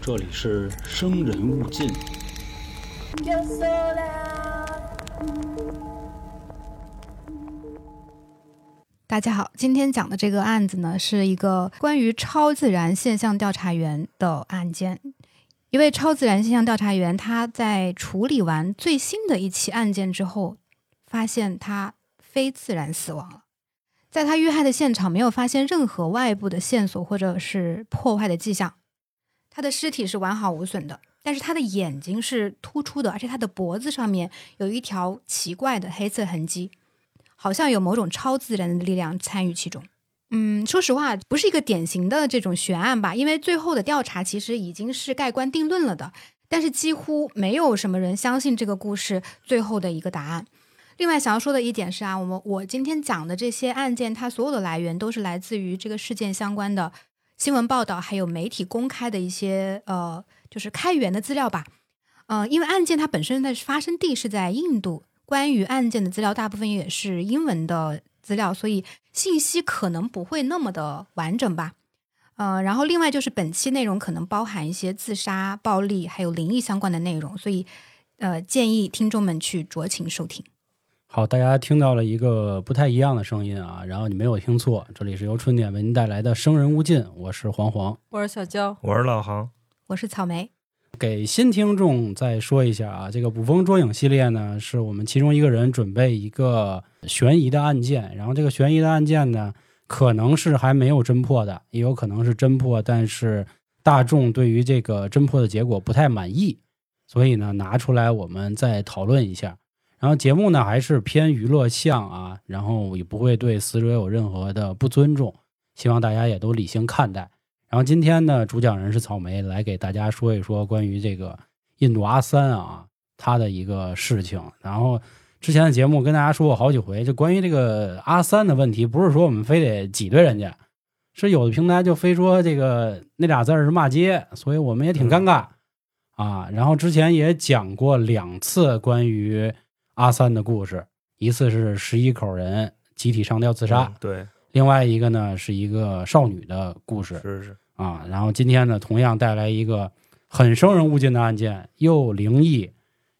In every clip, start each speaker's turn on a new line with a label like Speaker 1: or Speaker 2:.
Speaker 1: 这里是生人勿近。
Speaker 2: You're so loud.
Speaker 3: 大家好，今天讲的这个案子呢，是一个关于超自然现象调查员的案件。一位超自然现象调查员，他在处理完最新的一起案件之后，发现他非自然死亡了。在他遇害的现场，没有发现任何外部的线索或者是破坏的迹象。他的尸体是完好无损的，但是他的眼睛是突出的，而且他的脖子上面有一条奇怪的黑色痕迹。好像有某种超自然的力量参与其中。嗯，说实话，不是一个典型的这种悬案吧，因为最后的调查其实已经是盖棺定论了的，但是几乎没有什么人相信这个故事最后的一个答案。另外，想要说的一点是啊，我们我今天讲的这些案件，它所有的来源都是来自于这个事件相关的新闻报道，还有媒体公开的一些呃，就是开源的资料吧。呃，因为案件它本身的发生地是在印度，关于案件的资料大部分也是英文的资料，所以信息可能不会那么的完整吧。呃，然后另外就是本期内容可能包含一些自杀、暴力还有灵异相关的内容，所以呃，建议听众们去酌情收听。
Speaker 4: 好，大家听到了一个不太一样的声音啊，然后你没有听错，这里是由春点为您带来的《生人勿近》，我是黄黄。
Speaker 5: 我是小娇，
Speaker 6: 我是老航，
Speaker 3: 我是草莓，
Speaker 4: 给新听众再说一下啊，这个捕风捉影系列呢，是我们其中一个人准备一个悬疑的案件，然后这个悬疑的案件呢，可能是还没有侦破的，也有可能是侦破，但是大众对于这个侦破的结果不太满意，所以呢，拿出来我们再讨论一下。然后节目呢还是偏娱乐向啊，然后也不会对死者有任何的不尊重，希望大家也都理性看待。然后今天呢，主讲人是草莓，来给大家说一说关于这个印度阿三啊他的一个事情。然后之前的节目跟大家说过好几回，就关于这个阿三的问题，不是说我们非得挤兑人家，是有的平台就非说这个那俩字儿是骂街，所以我们也挺尴
Speaker 6: 嗯
Speaker 4: 尬啊。然后之前也讲过两次关于阿三的故事，一次是十一口人集体上吊自杀，
Speaker 6: 嗯对，
Speaker 4: 另外一个呢是一个少女的故事。
Speaker 6: 是是，
Speaker 4: 啊，然后今天呢，同样带来一个很生人勿近的案件，又灵异，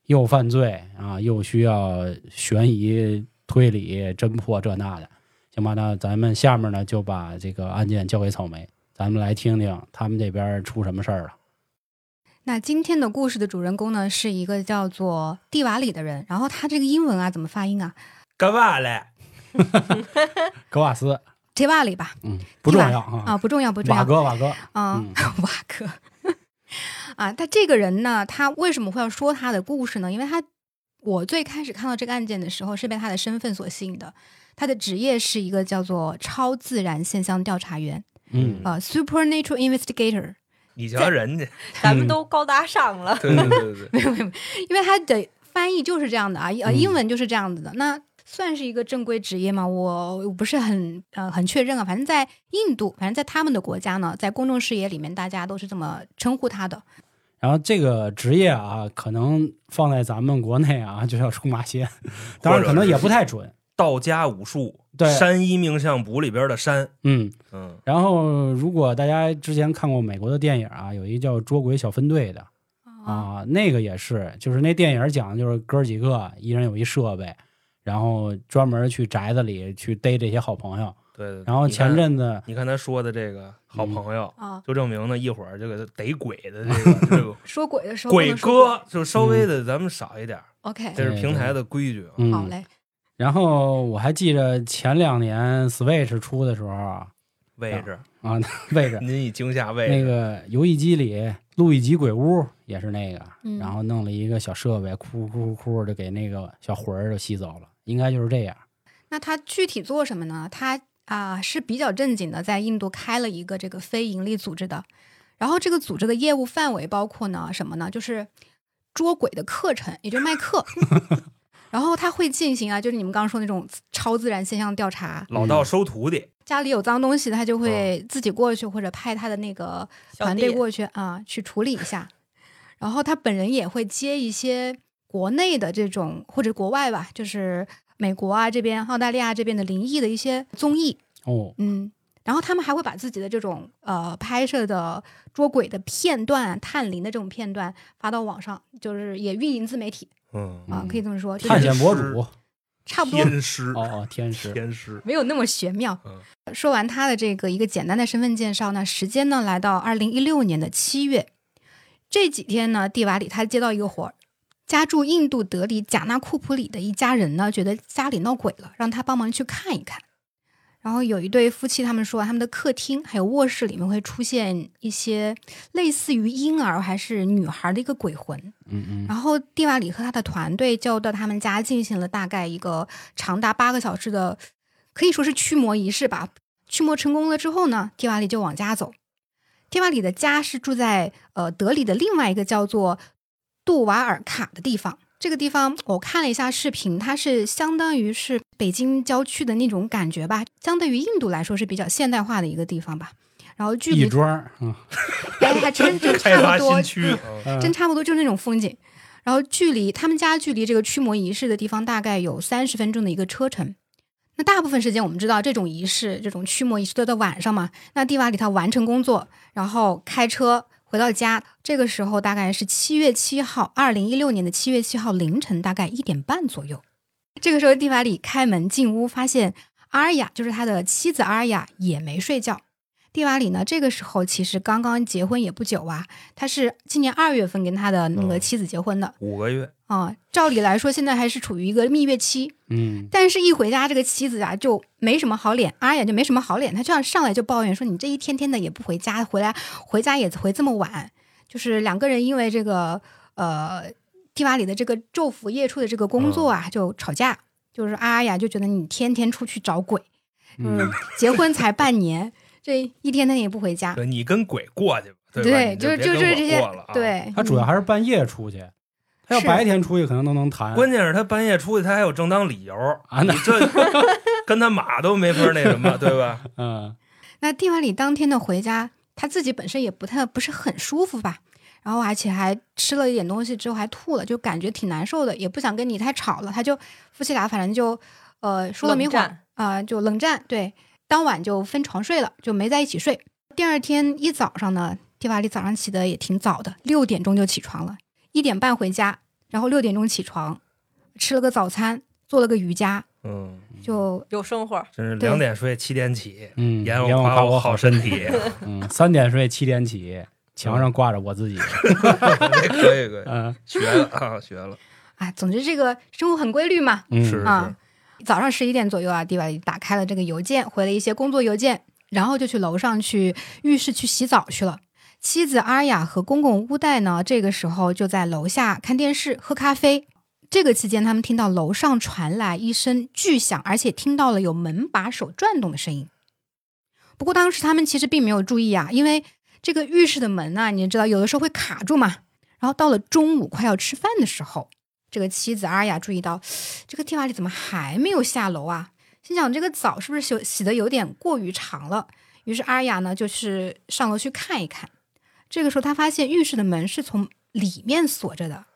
Speaker 4: 又犯罪啊，又需要悬疑、推理、侦破这那的，行吧？那咱们下面呢，就把这个案件交给草莓，咱们来听听他们这边出什么事儿了。
Speaker 3: 那今天的故事的主人公呢，是一个叫做蒂瓦里的人。然后他这个英文啊，怎么发音啊？
Speaker 6: 干嘛 嘞？
Speaker 4: 格瓦斯，
Speaker 3: 蒂瓦里吧，
Speaker 4: 嗯，不重要啊，
Speaker 3: 啊，不重要，不重
Speaker 4: 瓦
Speaker 3: 要。
Speaker 4: 哥，瓦哥，
Speaker 3: 啊，
Speaker 4: 嗯
Speaker 3: 瓦克啊，他这个人呢，他为什么会要说他的故事呢？因为他我最开始看到这个案件的时候，是被他的身份所吸引的。他的职业是一个叫做超自然现象调查员，
Speaker 4: 嗯，
Speaker 3: 啊、s u p e r n a t u r a l investigator。
Speaker 6: 你瞧人家，
Speaker 5: 咱
Speaker 4: 嗯
Speaker 5: 们都高大上 了。
Speaker 6: 对对对对对，
Speaker 3: 因为他的翻译就是这样的啊，呃，
Speaker 4: 嗯
Speaker 3: 英文就是这样子的。那算是一个正规职业吗？我我不是很呃很确认啊。反正，在印度，反正在他们的国家呢，在公众视野里面，大家都是这么称呼他的。
Speaker 4: 然后这个职业啊，可能放在咱们国内啊，就叫出马仙， 当然可能也不太准，
Speaker 6: 道家武术，
Speaker 4: 对
Speaker 6: 山医命相卜里边的山，
Speaker 4: 嗯。
Speaker 6: 嗯，
Speaker 4: 然后，如果大家之前看过美国的电影啊，有一叫《捉鬼小分队》的
Speaker 3: 哦
Speaker 4: 啊，那个也是，就是那电影讲的就是哥几个一人有一设备，然后专门去宅子里去逮这些好朋友。
Speaker 6: 对对。对
Speaker 4: 然后
Speaker 6: 你看
Speaker 4: 前阵嗯子，
Speaker 6: 你看他说的这个好朋友，
Speaker 3: 啊，
Speaker 6: 就证明呢，一会儿这个逮鬼的这 个这个
Speaker 3: 说鬼的时候不
Speaker 6: 鬼
Speaker 3: 能说
Speaker 6: 哥就稍微的咱们少一点，
Speaker 3: ，OK，
Speaker 6: 这是平台的规矩啊。
Speaker 3: 好
Speaker 4: 嗯，
Speaker 3: 嘞，
Speaker 4: 然后我还记着前两年 Switch 出的时候啊，
Speaker 6: 位置，
Speaker 4: 啊，位置
Speaker 6: 您已惊吓位置，
Speaker 4: 那个游戏机里录一集鬼屋也是那个，
Speaker 3: 嗯
Speaker 4: 然后弄了一个小设备，哭哭哭就给那个小魂儿就吸走了，应该就是这样。
Speaker 3: 那他具体做什么呢？他啊、是比较正经的，在印度开了一个这个非盈利组织的，然后这个组织的业务范围包括呢什么呢？就是捉鬼的课程，也就是卖课。然后他会进行啊，就是你们刚刚说那种超自然现象调查，
Speaker 6: 老
Speaker 4: 嗯
Speaker 6: 道收徒弟，
Speaker 3: 家里有脏东西，他就会自己过去，或者派他的那个团队
Speaker 5: 嗯小弟
Speaker 3: 过去啊，去处理一下。然后他本人也会接一些国内的这种或者国外吧，就是美国啊这边、澳大利亚这边的灵异的一些综艺，
Speaker 4: 哦，
Speaker 3: 嗯。然后他们还会把自己的这种呃拍摄的捉鬼的片段、探灵的这种片段发到网上，就是也运营自媒体
Speaker 6: 嗯，
Speaker 3: 啊、
Speaker 4: 嗯
Speaker 3: 可以这么说，就
Speaker 4: 探
Speaker 3: 是
Speaker 4: 险博主哦
Speaker 3: 差不多
Speaker 6: 天师
Speaker 4: 哦，天使
Speaker 6: 天师，
Speaker 3: 没有那么玄妙。
Speaker 6: 嗯
Speaker 3: 说完他的这个一个简单的身份介绍呢，时间呢来到二零一六年的七月，这几天呢，蒂瓦里他接到一个活儿，家住印度德里贾纳库普里的一家人呢，觉得家里闹鬼了，让他帮忙去看一看。然后有一对夫妻，他们说他们的客厅还有卧室里面会出现一些类似于婴儿还是女孩的一个鬼魂，
Speaker 4: 嗯嗯
Speaker 3: 然后蒂瓦里和他的团队就到他们家进行了大概一个长达八个小时的，可以说是驱魔仪式吧。驱魔成功了之后呢，蒂瓦里就往家走。蒂瓦里的家是住在呃德里的另外一个叫做杜瓦尔卡的地方。这个地方我看了一下视频，它是相当于是北京郊区的那种感觉吧，相对于印度来说是比较现代化的一个地方吧。然后距
Speaker 4: 亦
Speaker 3: 离
Speaker 4: 庄儿嗯
Speaker 3: 哎还真真
Speaker 6: 开
Speaker 3: 差
Speaker 6: 发
Speaker 3: 不多
Speaker 6: 新，区，嗯
Speaker 4: 嗯
Speaker 3: 真差不多就是那种风景。然后距离他们家距离这个驱魔仪式的地方大概有三十分钟的一个车程。那大部分时间我们知道这种仪式，这种驱魔仪式都在晚上嘛。那蒂瓦里他完成工作，然后开车回到家，这个时候大概是七月七号，二零一六年的七月七号凌晨大概一点半左右。这个时候蒂瓦里开门进屋，发现阿尔雅就是他的妻子阿尔雅也没睡觉。蒂瓦里呢，这个时候其实刚刚结婚也不久啊，他是今年二月份跟他的那个
Speaker 6: 嗯
Speaker 3: 妻子结婚的
Speaker 6: 五个月，
Speaker 3: 啊、照理来说，现在还是处于一个蜜月期，
Speaker 4: 嗯
Speaker 3: 但是一回家，这个妻子啊就没什么好脸，阿雅就没什么好脸，她这样上来就抱怨说：“你这一天天的也不回家，回来回家也回这么晚。”就是两个人因为这个呃蒂瓦里的这个昼伏夜出的这个工作
Speaker 4: 嗯
Speaker 3: 啊，就吵架。就是阿雅就觉得你天天出去找鬼，
Speaker 4: 嗯，
Speaker 3: 结婚才半年，这一天天也不回家。
Speaker 6: 对你跟鬼过去吧，吧？
Speaker 3: 对，
Speaker 6: 你
Speaker 3: 就是
Speaker 6: 就
Speaker 3: 就
Speaker 6: 别
Speaker 3: 是
Speaker 6: 跟
Speaker 3: 这
Speaker 6: 我
Speaker 3: 些
Speaker 6: 过了啊，。
Speaker 3: 对，
Speaker 4: 他主要
Speaker 3: 嗯
Speaker 4: 还是半夜出去，他要
Speaker 3: 是
Speaker 4: 白天出去可能都能谈。
Speaker 6: 关键是他半夜出去，他还有正当理由
Speaker 4: 啊那
Speaker 6: 你 这跟他马都没法那什么，对吧？
Speaker 4: 嗯
Speaker 3: 那蒂瓦里当天的回家，他自己本身也不太不是很舒服吧，然后而且还吃了一点东西之后还吐了，就感觉挺难受的，也不想跟你太吵了，他就夫妻俩反正就呃说了没一会
Speaker 5: 冷
Speaker 3: 儿
Speaker 5: 战
Speaker 3: 啊、就冷战，对，当晚就分床睡了，就没在一起睡。第二天一早上呢，蒂瓦里早上起得也挺早的，六点钟就起床了，一点半回家，然后六点钟起床，吃了个早餐，做了个瑜伽，
Speaker 6: 嗯，
Speaker 3: 就
Speaker 5: 有生活，
Speaker 6: 真是
Speaker 3: 对
Speaker 6: 两点睡，七点起，
Speaker 4: 嗯，
Speaker 6: 阎
Speaker 4: 阎王
Speaker 6: 王
Speaker 4: 夸
Speaker 6: 夸
Speaker 4: 我
Speaker 6: 我
Speaker 4: 好
Speaker 6: 好身 体，
Speaker 4: 嗯，三点睡，七点起，墙上挂着我 自己。
Speaker 6: 可以可以，
Speaker 4: 嗯
Speaker 6: 学了啊，学了，
Speaker 3: 哎，总之这个生活很规律嘛，
Speaker 4: 嗯
Speaker 6: 是
Speaker 3: 啊，早上十一点左右啊，蒂瓦里打开了这个邮件，回了一些工作邮件，然后就去楼上去浴室去洗澡去了。妻子阿雅和公公乌代呢，这个时候就在楼下看电视、喝咖啡。这个期间，他们听到楼上传来一声巨响，而且听到了有门把手转动的声音。不过当时他们其实并没有注意啊，因为这个浴室的门啊，你知道有的时候会卡住嘛。然后到了中午快要吃饭的时候，这个妻子阿雅注意到这个蒂瓦里怎么还没有下楼啊？心想这个澡是不是洗洗的有点过于长了？于是阿雅呢就是上楼去看一看。这个时候她发现浴室的门是从里面锁着的，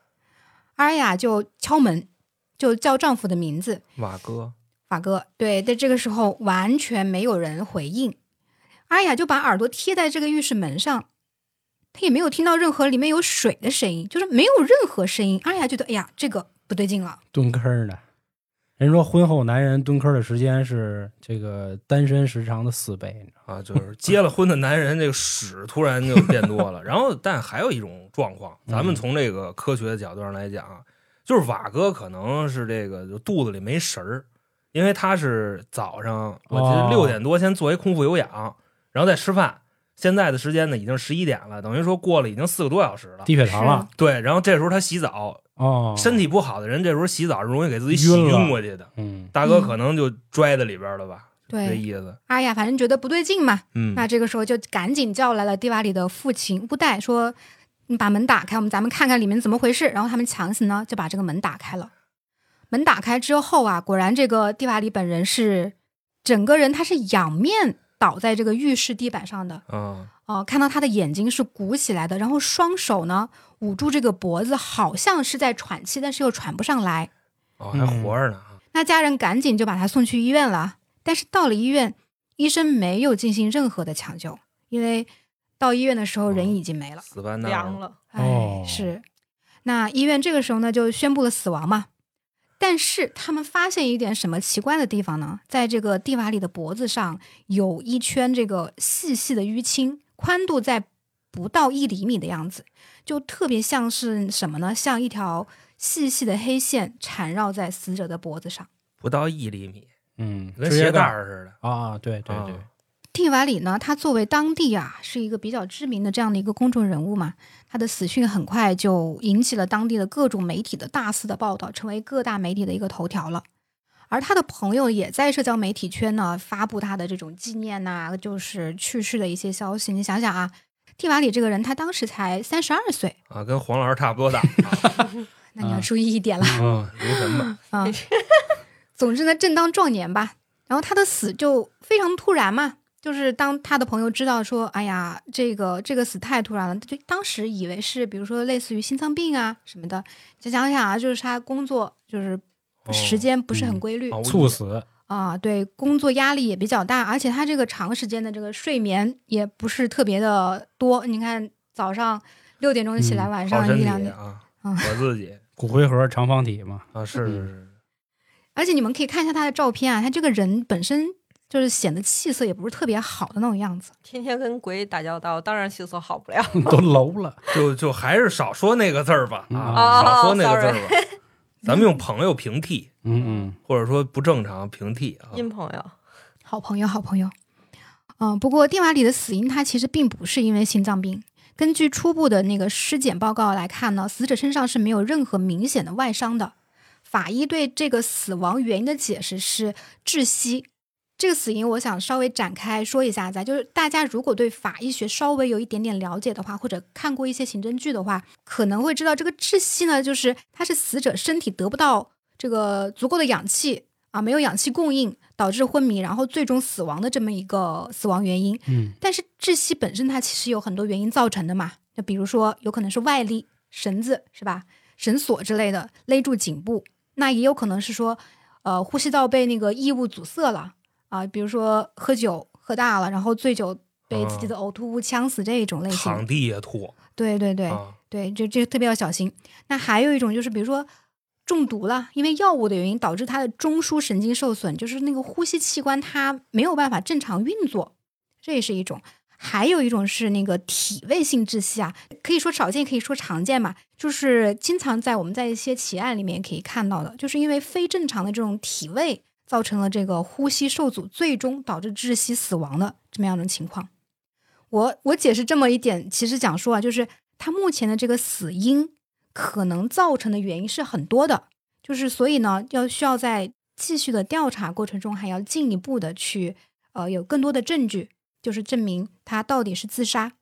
Speaker 3: 阿雅就敲门，就叫丈夫的名字，
Speaker 6: 马哥，
Speaker 3: 法哥，对，在这个时候完全没有人回应，阿雅就把耳朵贴在这个浴室门上，她也没有听到任何里面有水的声音，就是没有任何声音。阿雅觉得，哎呀，这个不对劲了。
Speaker 4: 蹲坑的。人说婚后男人蹲坑的时间是这个单身时长的四倍，
Speaker 6: 啊，就是结了婚的男人，这个屎突然就变多了。然后，但还有一种状况，咱
Speaker 4: 嗯
Speaker 6: 们从这个科学的角度上来讲啊，就是瓦哥可能是这个就肚子里没食儿，因为他是早上我记
Speaker 4: 哦
Speaker 6: 得六点多先做一空腹有氧，然后再吃饭。现在的时间呢已经十一点了，等于说过了已经四个多小时了。
Speaker 4: 低血糖了
Speaker 6: 对，然后这时候他洗澡，
Speaker 4: 哦，
Speaker 6: 身体不好的人这时候洗澡是容易给自己洗
Speaker 4: 晕了
Speaker 6: 晕过去的。
Speaker 4: 嗯
Speaker 6: 大哥
Speaker 3: 嗯
Speaker 6: 可能就拽在里边了吧，这
Speaker 3: 对，
Speaker 6: 意思。
Speaker 3: 阿雅哎反正觉得不对劲嘛，
Speaker 6: 嗯，
Speaker 3: 那这个时候就赶紧叫来了蒂瓦里的父亲乌代，说：“你把门打开，我们咱们看看里面怎么回事。”然后他们强行呢就把这个门打开了。门打开之后啊，果然这个蒂瓦里本人是整个人他是仰面倒在这个浴室地板上的
Speaker 6: 啊，
Speaker 3: 哦、看到他的眼睛是鼓起来的，然后双手呢捂住这个脖子，好像是在喘气，但是又喘不上来。
Speaker 6: 哦，还活着呢啊。
Speaker 3: 那家人赶紧就把他送去医院了。但是到了医院，医生没有进行任何的抢救，因为到医院的时候人已经没了。
Speaker 6: 死斑那
Speaker 5: 凉
Speaker 6: 儿，
Speaker 5: 了，
Speaker 3: 哎，
Speaker 4: 哦
Speaker 3: 是。那医院这个时候呢就宣布了死亡嘛，但是他们发现一点什么奇怪的地方呢？在这个蒂瓦里的脖子上有一圈这个细细的淤青，宽度在不到一厘米的样子，就特别像是什么呢？像一条细细的黑线缠绕在死者的脖子上。
Speaker 6: 不到一厘米，
Speaker 4: 嗯，
Speaker 6: 跟
Speaker 4: 指甲
Speaker 6: 鞋带
Speaker 4: 盖
Speaker 6: 儿似的。
Speaker 4: 啊，对对对，
Speaker 6: 啊
Speaker 3: 蒂瓦里呢，他作为当地啊是一个比较知名的这样的一个公众人物嘛，他的死讯很快就引起了当地的各种媒体的大肆的报道，成为各大媒体的一个头条了。而他的朋友也在社交媒体圈呢发布他的这种纪念呐、就是去世的一些消息。你想想啊，蒂瓦里这个人他当时才三十二岁，
Speaker 6: 啊，跟黄老师差不多大。
Speaker 3: 那你要
Speaker 4: 啊
Speaker 3: 注意一点了。
Speaker 6: 嗯，如什么？
Speaker 3: 啊。总之呢，正当壮年吧，然后他的死就非常突然嘛，就是当他的朋友知道说，哎呀，这个这个死太突然了，他就当时以为是比如说类似于心脏病啊什么的。就想想啊，就是他工作就是
Speaker 6: 哦
Speaker 3: 时间不是很规律、
Speaker 6: 哦我
Speaker 4: 猝死，
Speaker 3: 啊，对，工作压力也比较大，而且他这个长时间的这个睡眠也不是特别的多。你看早上六点钟嗯起来，晚
Speaker 6: 靠
Speaker 3: 上
Speaker 6: 身
Speaker 3: 一
Speaker 6: 体
Speaker 3: 两点，
Speaker 6: 啊，
Speaker 3: 嗯
Speaker 6: 我自己
Speaker 4: 骨灰盒长方体嘛，
Speaker 6: 啊，是是是，
Speaker 3: 而且你们可以看一下他的照片啊，他这个人本身就是显得气色也不是特别好的那种样子。
Speaker 5: 天天跟鬼打交道，当然气色好不了。
Speaker 6: 啊
Speaker 4: 都楼了。
Speaker 6: 就就还是少说那个字儿吧，啊，
Speaker 5: 嗯
Speaker 6: 少说那个字
Speaker 5: 哦
Speaker 6: 儿吧。咱们用朋友平替，
Speaker 4: 嗯
Speaker 6: 或者说不正常平替啊。
Speaker 5: 因朋友，
Speaker 3: 好朋友，好朋友。嗯，不过蒂瓦里的死因他其实并不是因为心脏病。根据初步的那个尸检报告来看呢，死者身上是没有任何明显的外伤的。法医对这个死亡原因的解释是窒息。这个死因我想稍微展开说一下子啊，就是大家如果对法医学稍微有一点点了解的话，或者看过一些刑侦剧的话，可能会知道这个窒息呢，就是它是死者身体得不到这个足够的氧气啊，没有氧气供应导致昏迷，然后最终死亡的这么一个死亡原因。
Speaker 4: 嗯
Speaker 3: 但是窒息本身它其实有很多原因造成的嘛，就比如说有可能是外力、绳子是吧，绳索之类的勒住颈部，那也有可能是说，呃，呼吸道被那个异物阻塞了啊、比如说喝酒喝大了，然后醉酒被自己的呕吐物呛死这一种类型的。
Speaker 6: 躺地也吐
Speaker 3: 对对对，
Speaker 6: 啊，
Speaker 3: 对，这这特别要小心。那还有一种就是，比如说中毒了，因为药物的原因导致他的中枢神经受损，就是那个呼吸器官它没有办法正常运作，这也是一种。还有一种是那个体位性窒息啊，可以说少见，可以说常见嘛，就是经常在我们在一些奇案里面也可以看到的，就是因为非正常的这种体位造成了这个呼吸受阻，最终导致窒息死亡的这么样一种情况。我我解释这么一点，其实讲说啊，就是他目前的这个死因可能造成的原因是很多的，就是所以呢，要需要在继续的调查过程中，还要进一步的去呃有更多的证据，就是证明他到底是自杀，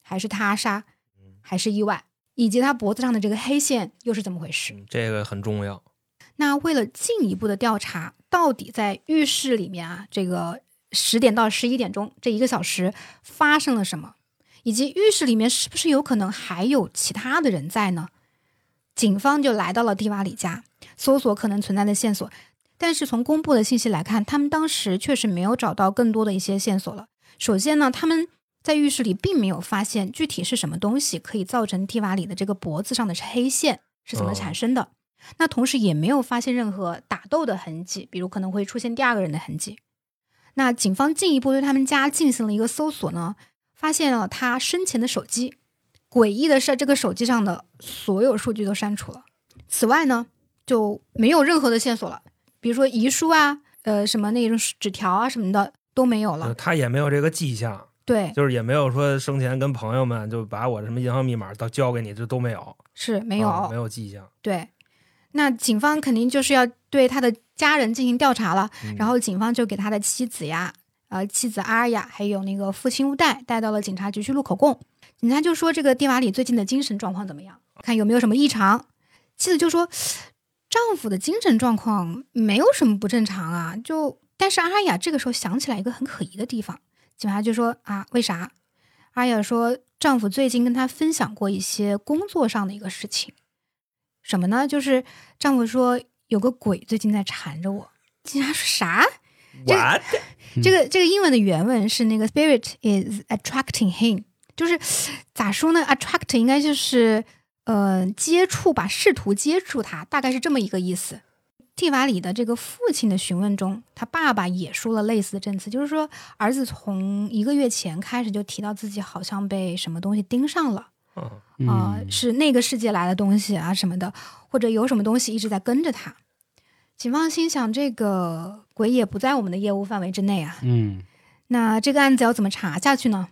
Speaker 3: 还是他杀，还是意外，以及他脖子上的这个黑线又是怎么回事。
Speaker 6: 嗯这个很重要。
Speaker 3: 那为了进一步的调查，到底在浴室里面啊，这个十点到十一点钟这一个小时发生了什么，以及浴室里面是不是有可能还有其他的人在呢？警方就来到了蒂瓦里家，搜索可能存在的线索。但是从公布的信息来看，他们当时确实没有找到更多的一些线索了。首先呢，他们在浴室里并没有发现具体是什么东西可以造成蒂瓦里的这个脖子上的黑线是怎么产生的。那同时也没有发现任何打斗的痕迹，比如可能会出现第二个人的痕迹。那警方进一步对他们家进行了一个搜索呢，发现了他生前的手机。诡异的是，这个手机上的所有数据都删除了。此外呢，就没有任何的线索了，比如说遗书啊，呃，什么那种纸条啊什么的都没有
Speaker 6: 呃
Speaker 3: 了。
Speaker 6: 他也没有这个迹象，
Speaker 3: 对，
Speaker 6: 就是也没有说生前跟朋友们就把我什么银行密码都交给你，这都没有，
Speaker 3: 是没
Speaker 6: 没
Speaker 3: 有、
Speaker 6: 没有迹象。
Speaker 3: 对，那警方肯定就是要对他的家人进行调查了，然后警方就给他的妻子呀，呃，妻子阿尔雅还有那个父亲乌代带到了警察局去录口供。警察就说这个蒂瓦里最近的精神状况怎么样，看有没有什么异常。妻子就说，丈夫的精神状况没有什么不正常啊，就但是阿尔雅这个时候想起来一个很可疑的地方，警察就说啊，为啥？阿尔雅说，丈夫最近跟她分享过一些工作上的一个事情。什么呢？就是丈夫说有个鬼最近在缠着我。警察说啥？这
Speaker 6: 完
Speaker 3: 这个这个英文的原文是那个 spirit is attracting him，就是咋说呢？attract 应该就是呃接触吧，试图接触他，大概是这么一个意思。蒂瓦里的这个父亲的询问中，他爸爸也说了类似的证词，就是说儿子从一个月前开始就提到自己好像被什么东西盯上了。
Speaker 6: 嗯
Speaker 3: 啊、
Speaker 4: 嗯
Speaker 3: 是那个世界来的东西啊什么的，或者有什么东西一直在跟着他。警方心想，这个鬼也不在我们的业务范围之内啊，
Speaker 4: 嗯
Speaker 3: 那这个案子要怎么查下去呢？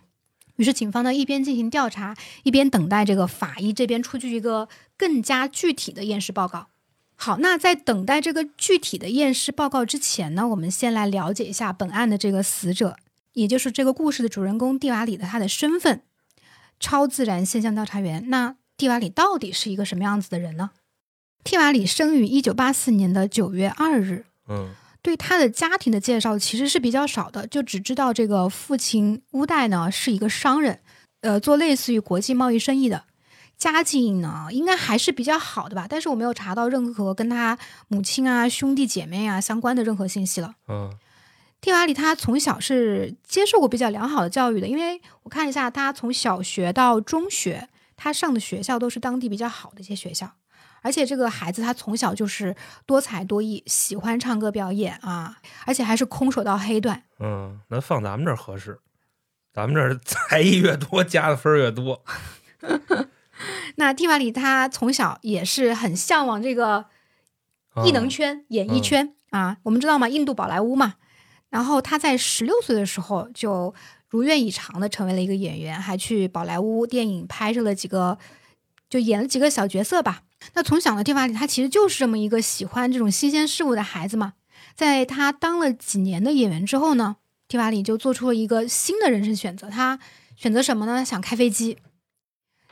Speaker 3: 于是警方呢一边进行调查，一边等待这个法医这边出具一个更加具体的验尸报告。好，那在等待这个具体的验尸报告之前呢，我们先来了解一下本案的这个死者，也就是这个故事的主人公蒂瓦里的他的身份。超自然现象调查员，那蒂瓦里到底是一个什么样子的人呢？蒂瓦里生于一九八四年的九月二日，
Speaker 6: 嗯
Speaker 3: 对他的家庭的介绍其实是比较少的，就只知道这个父亲乌代呢是一个商人，呃，做类似于国际贸易生意的。家境呢，应该还是比较好的吧，但是我没有查到任何跟他母亲啊、兄弟姐妹啊相关的任何信息了。
Speaker 6: 嗯
Speaker 3: 蒂瓦里他从小是接受过比较良好的教育的，因为我看了一下，他从小学到中学，他上的学校都是当地比较好的一些学校。而且这个孩子他从小就是多才多艺，喜欢唱歌表演啊，而且还是空手道黑段。
Speaker 6: 嗯，那放咱们这儿合适，咱们这儿才艺越多，加的分儿 越多。
Speaker 3: 那蒂瓦里他从小也是很向往这个
Speaker 6: 嗯
Speaker 3: 艺能圈、演艺圈、啊，我们知道嘛，印度宝莱坞嘛。然后他在十六岁的时候就如愿以偿的成为了一个演员，还去宝莱坞电影拍摄了几个，就演了几个小角色吧。那从小呢，蒂瓦里他其实就是这么一个喜欢这种新鲜事物的孩子嘛。在他当了几年的演员之后呢，蒂瓦里就做出了一个新的人生选择，他选择什么呢？他想开飞机。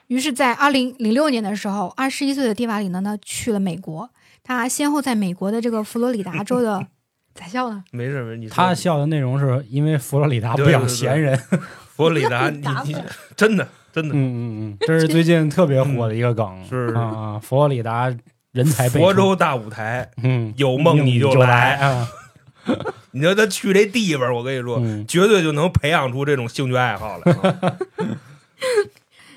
Speaker 3: 于是，在二零零六年的时候，二十一岁的蒂瓦里呢，呢去了美国。他先后在美国的这个佛罗里达州的， 咋笑呢？
Speaker 6: 啊没事没事，你说
Speaker 4: 他笑的内容是因为佛罗里达不
Speaker 6: 对
Speaker 4: 养
Speaker 6: 对对
Speaker 4: 闲 人，
Speaker 6: 佛罗里 达，你
Speaker 5: 打
Speaker 6: 你
Speaker 5: 粉
Speaker 6: 真的真的，
Speaker 4: 嗯嗯嗯，这是最近特别火的一个梗，
Speaker 6: 嗯是
Speaker 4: 啊啊，佛罗里达人才辈
Speaker 6: 佛
Speaker 4: 出，
Speaker 6: 州大舞台，
Speaker 4: 嗯，
Speaker 6: 有梦
Speaker 4: 你
Speaker 6: 你就
Speaker 4: 来
Speaker 6: 来。
Speaker 4: 啊，
Speaker 6: 你说他去这地方，我跟你说，
Speaker 4: 嗯
Speaker 6: 绝对就能培养出这种兴趣爱好 来。啊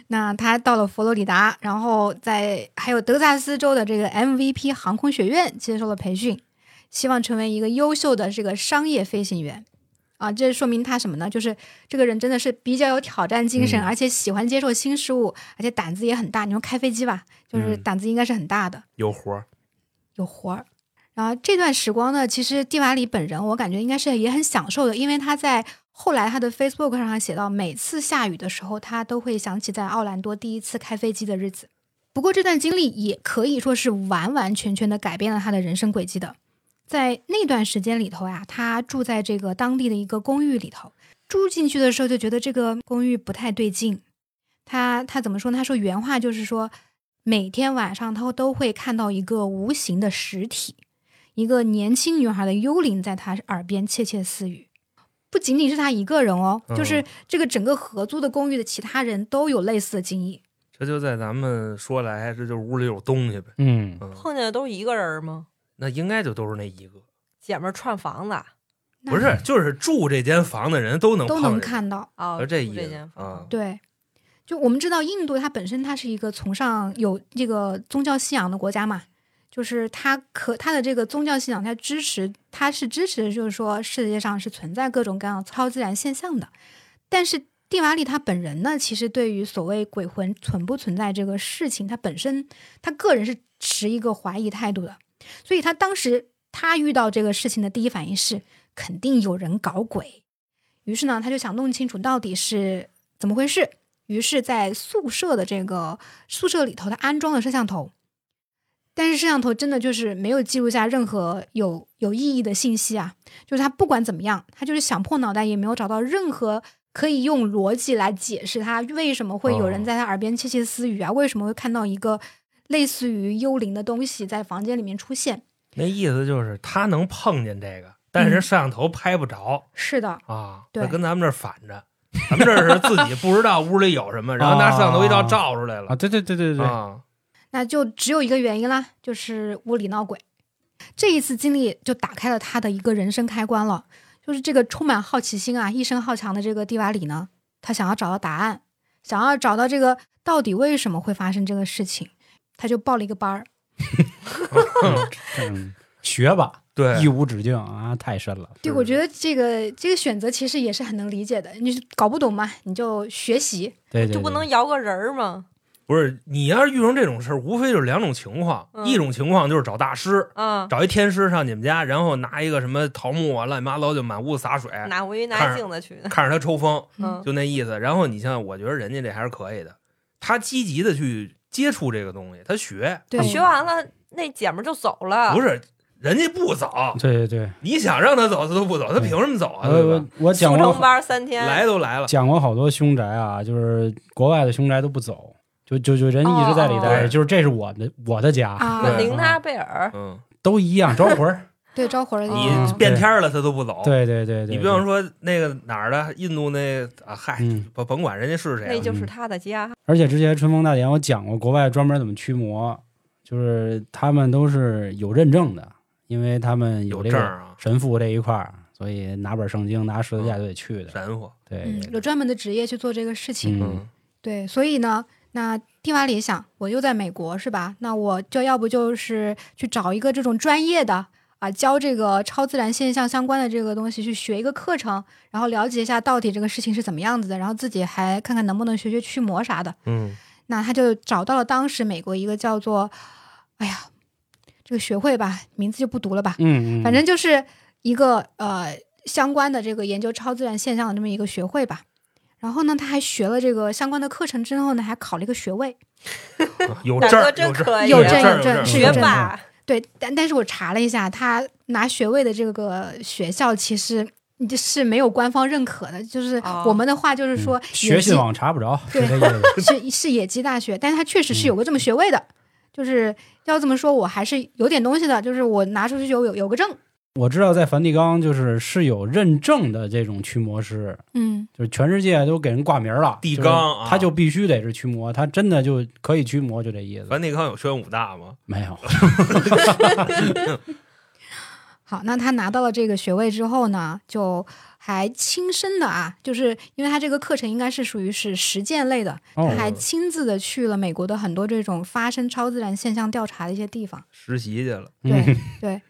Speaker 3: 那他到了佛罗里达，然后在还有德萨斯州的这个 MVP 航空学院接受了培训，希望成为一个优秀的这个商业飞行员。啊，这说明他什么呢？就是这个人真的是比较有挑战精神，
Speaker 4: 嗯
Speaker 3: 而且喜欢接受新事物，而且胆子也很大。你说开飞机吧，就是
Speaker 6: 嗯
Speaker 3: 胆子应该是很大的。
Speaker 6: 有活儿，
Speaker 3: 有活儿。然后这段时光呢，其实蒂瓦里本人我感觉应该是也很享受的，因为他在后来他的 Facebook 上还写到，每次下雨的时候，他都会想起在奥兰多第一次开飞机的日子。不过这段经历也可以说是完完全全的改变了他的人生轨迹的。在那段时间里头呀、他住在这个当地的一个公寓里头。住进去的时候就觉得这个公寓不太对劲。他他怎么说呢？他说原话就是说，每天晚上他都会看到一个无形的实体，一个年轻女孩的幽灵在他耳边窃窃私语。不仅仅是他一个人哦，
Speaker 6: 嗯
Speaker 3: 就是这个整个合租的公寓的其他人都有类似的经历。
Speaker 6: 这就在咱们说来，这就是屋里有东西呗。
Speaker 4: 嗯，
Speaker 6: 嗯，
Speaker 5: 碰见的都是一个人儿吗？
Speaker 6: 那应该就都是那一个，
Speaker 5: 姐们儿串房子啊
Speaker 3: 那
Speaker 6: 不是，就是住这间房的人都能
Speaker 3: 都
Speaker 6: 碰
Speaker 3: 能
Speaker 6: 见
Speaker 3: 看到，
Speaker 5: 哦，
Speaker 6: 而这
Speaker 5: 住
Speaker 6: 一
Speaker 5: 这
Speaker 6: 人
Speaker 5: 间
Speaker 6: 啊
Speaker 5: 房子，
Speaker 3: 对，就我们知道印度它本身它是一个崇尚有这个宗教信仰的国家嘛，就是它可它的这个宗教信仰它支持它是支持，就是说世界上是存在各种各样的超自然现象的，但是。蒂瓦利他本人呢，其实对于所谓鬼魂存不存在这个事情，他本身他个人是持一个怀疑态度的，所以他当时他遇到这个事情的第一反应是肯定有人搞鬼，于是呢，他就想弄清楚到底是怎么回事。于是，在宿舍的这个宿舍里头，他安装了摄像头，但是摄像头真的就是没有记录下任何有有意义的信息啊！就是他不管怎么样，他就是想破脑袋也没有找到任何可以用逻辑来解释他为什么会有人在他耳边窃窃私语啊，为什么会看到一个类似于幽灵的东西在房间里面出现。
Speaker 6: 那意思就是他能碰见这个，但
Speaker 3: 嗯
Speaker 6: 是摄像头拍不着、
Speaker 3: 是的，
Speaker 6: 啊。
Speaker 3: 对
Speaker 6: 那跟咱们这儿反着，咱们这儿是自己不知道屋里有什么，然后拿摄像头一照照出来了
Speaker 4: 啊，对对对对对，
Speaker 6: 啊。
Speaker 3: 那就只有一个原因啦，就是屋里闹鬼。这一次经历就打开了他的一个人生开关了。就是这个充满好奇心啊、一身好强的这个蒂瓦里呢，他想要找到答案，想要找到这个到底为什么会发生这个事情，他就报了一个班儿。
Speaker 4: 嗯学吧，
Speaker 6: 对，
Speaker 4: 一无止境啊，太深了。
Speaker 3: 对，
Speaker 6: 是
Speaker 3: 我觉得这个这个选择其实也是很能理解的。你搞不懂嘛，你就学习。
Speaker 4: 对对
Speaker 6: 嗯
Speaker 4: 对，
Speaker 5: 就不能摇个人儿吗？
Speaker 6: 不是你要是遇上这种事儿，无非就是两种情况，
Speaker 5: 嗯
Speaker 6: 一种情况就是找大师，
Speaker 5: 啊，
Speaker 6: 找一天师上你们家，然后拿一个什么桃木啊、乱七八糟就满屋子洒水，
Speaker 5: 拿我以为
Speaker 6: 看
Speaker 5: 拿
Speaker 6: 着
Speaker 5: 镜子去呢。
Speaker 6: 看着他抽风，
Speaker 5: 嗯，
Speaker 6: 就那意思。然后你像我觉得人家这还是可以的，他积极的去接触这个东西，他学
Speaker 3: 对，
Speaker 5: 学完了，那姐们儿就走了。
Speaker 6: 不
Speaker 5: 是，
Speaker 6: 是人家不走，
Speaker 4: 对对对。
Speaker 6: 你想让他走他都不走，他凭什么走啊？对
Speaker 4: 我
Speaker 6: 吧
Speaker 4: 我？我讲
Speaker 5: 速
Speaker 4: 过
Speaker 5: 成
Speaker 4: 好
Speaker 5: 班儿三
Speaker 4: 呃
Speaker 5: 天，
Speaker 6: 来都来了，
Speaker 4: 讲过好多凶宅啊，就是国外的凶宅都不走，就就就人一直在里待着，
Speaker 6: 哦哦
Speaker 4: 就是这是我的我的家，
Speaker 3: 啊
Speaker 6: 对
Speaker 5: 琳达贝尔，
Speaker 6: 嗯，
Speaker 4: 都一 样招魂儿。
Speaker 3: 对招魂儿的
Speaker 6: 你
Speaker 3: 意思
Speaker 4: 哦
Speaker 6: 变天儿了他都不走。
Speaker 4: 对对对对，
Speaker 6: 你比方说那个哪儿的印度那啊，嗨，
Speaker 4: 嗯，
Speaker 6: 甭甭管人家是谁
Speaker 5: 那
Speaker 6: 了，
Speaker 5: 就是他的家。
Speaker 4: 而且之前春风大典我讲过，国外专门怎么驱魔，就是他们都是有认证的，因为他们
Speaker 6: 有
Speaker 4: 这
Speaker 6: 证
Speaker 4: 个
Speaker 6: 儿啊，
Speaker 4: 神父这一块儿，所以拿本圣经拿十字架就得去的。
Speaker 6: 神佛，
Speaker 4: 对，
Speaker 3: 嗯，有专门的职业去做这个事情。
Speaker 4: 嗯，
Speaker 3: 对，所以呢，那蒂瓦里想，我又在美国是吧？那我就要不就是去找一个这种专业的啊，教这个超自然现象相关的这个东西去学一个课程，然后了解一下到底这个事情是怎么样子的，然后自己还看看能不能学学驱魔啥的。
Speaker 6: 嗯，
Speaker 3: 那他就找到了当时美国一个叫做，哎呀，这个学会吧，名字就不读了吧，
Speaker 4: 嗯嗯，
Speaker 3: 反正就是一个呃相关的这个研究超自然现象的这么一个学会吧。然后呢，他还学了这个相关的课程之后呢，还考了一个学位。
Speaker 4: 嗯
Speaker 6: 嗯有
Speaker 5: 大
Speaker 6: 证
Speaker 5: 哥
Speaker 6: 儿，
Speaker 5: 真
Speaker 6: 证儿，
Speaker 5: 可以，
Speaker 3: 有
Speaker 6: 证
Speaker 3: 证
Speaker 6: 儿有
Speaker 3: 证
Speaker 6: 证儿
Speaker 3: 是
Speaker 5: 学
Speaker 3: 有证的。
Speaker 5: 霸，
Speaker 3: 对，但但是我查了一下，他拿学位的这个学校其实是没有官方认可的，就是
Speaker 5: 哦
Speaker 3: 我们的话就是说
Speaker 4: 嗯
Speaker 3: 野
Speaker 4: 学
Speaker 3: 鸡
Speaker 4: 信网查不着，
Speaker 3: 对
Speaker 4: 是这意思。
Speaker 3: 是 是野鸡大学，但是他确实是
Speaker 4: 嗯
Speaker 3: 有个这么学位的，就是要这么说，我还是有点东西的，就是我拿出去有有有个证，
Speaker 4: 我知道在梵蒂冈就是是有认证的这种驱魔师，
Speaker 3: 嗯，
Speaker 4: 就是全世界都给人挂名了，
Speaker 6: 地
Speaker 4: 就是
Speaker 6: 缸啊
Speaker 4: 他就必须得是驱魔，他真的就可以驱魔，就这意思。
Speaker 6: 梵蒂冈有宣武大吗？
Speaker 4: 没有，
Speaker 3: 好，那他拿到了这个学位之后呢，就还亲身的啊，就是因为他这个课程应该是属于是实践类的，他
Speaker 4: 哦
Speaker 3: 还亲自的去了美国的很多这种发生超自然现象调查的一些地方。
Speaker 6: 实习去了，
Speaker 4: 嗯
Speaker 3: 对对，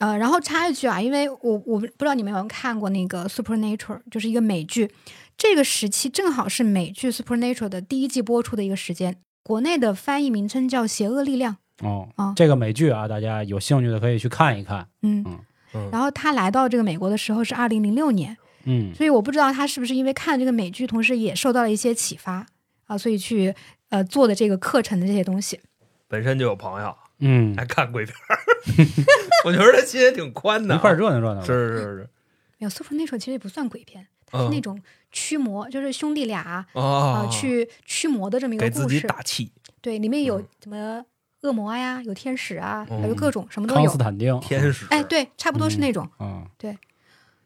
Speaker 3: 呃，然后插一句啊，因为我我不知道你们有没有看过那个《Supernatural》，就是一个美剧，这个时期正好是美剧《Supernatural》的第一季播出的一个时间，国内的翻译名称叫《邪恶力量》。
Speaker 4: 哦
Speaker 3: 啊，
Speaker 4: 这个美剧啊，大家有兴趣的可以去看一看。
Speaker 3: 嗯，
Speaker 4: 嗯
Speaker 6: 嗯
Speaker 3: 然后他来到这个美国的时候是二零零六年，
Speaker 4: 嗯，
Speaker 3: 所以我不知道他是不是因为看这个美剧，同时也受到了一些启发啊，所以去呃做的这个课程的这些东西。
Speaker 6: 本身就有朋友
Speaker 4: 嗯
Speaker 6: 还，看鬼片儿， 我觉得他心也挺宽的
Speaker 4: 一
Speaker 6: 啊，
Speaker 4: 块儿热闹热闹。
Speaker 6: 是是是是
Speaker 3: 没有《Supernatural》其实也不算鬼片，它是
Speaker 6: 嗯
Speaker 3: 那种驱魔，就是兄弟俩啊、
Speaker 6: 啊
Speaker 3: 呃，去驱魔的这么一个
Speaker 6: 给自
Speaker 3: 故
Speaker 6: 己
Speaker 3: 事。
Speaker 6: 打气，
Speaker 3: 对，里面有
Speaker 6: 嗯
Speaker 3: 什么恶魔呀，有天使啊，
Speaker 6: 嗯
Speaker 3: 有各种什么都
Speaker 4: 康斯
Speaker 3: 有。
Speaker 4: 坦丁，
Speaker 6: 天使，
Speaker 3: 哎，，对，差不多是
Speaker 6: 嗯
Speaker 3: 那种。
Speaker 4: 啊，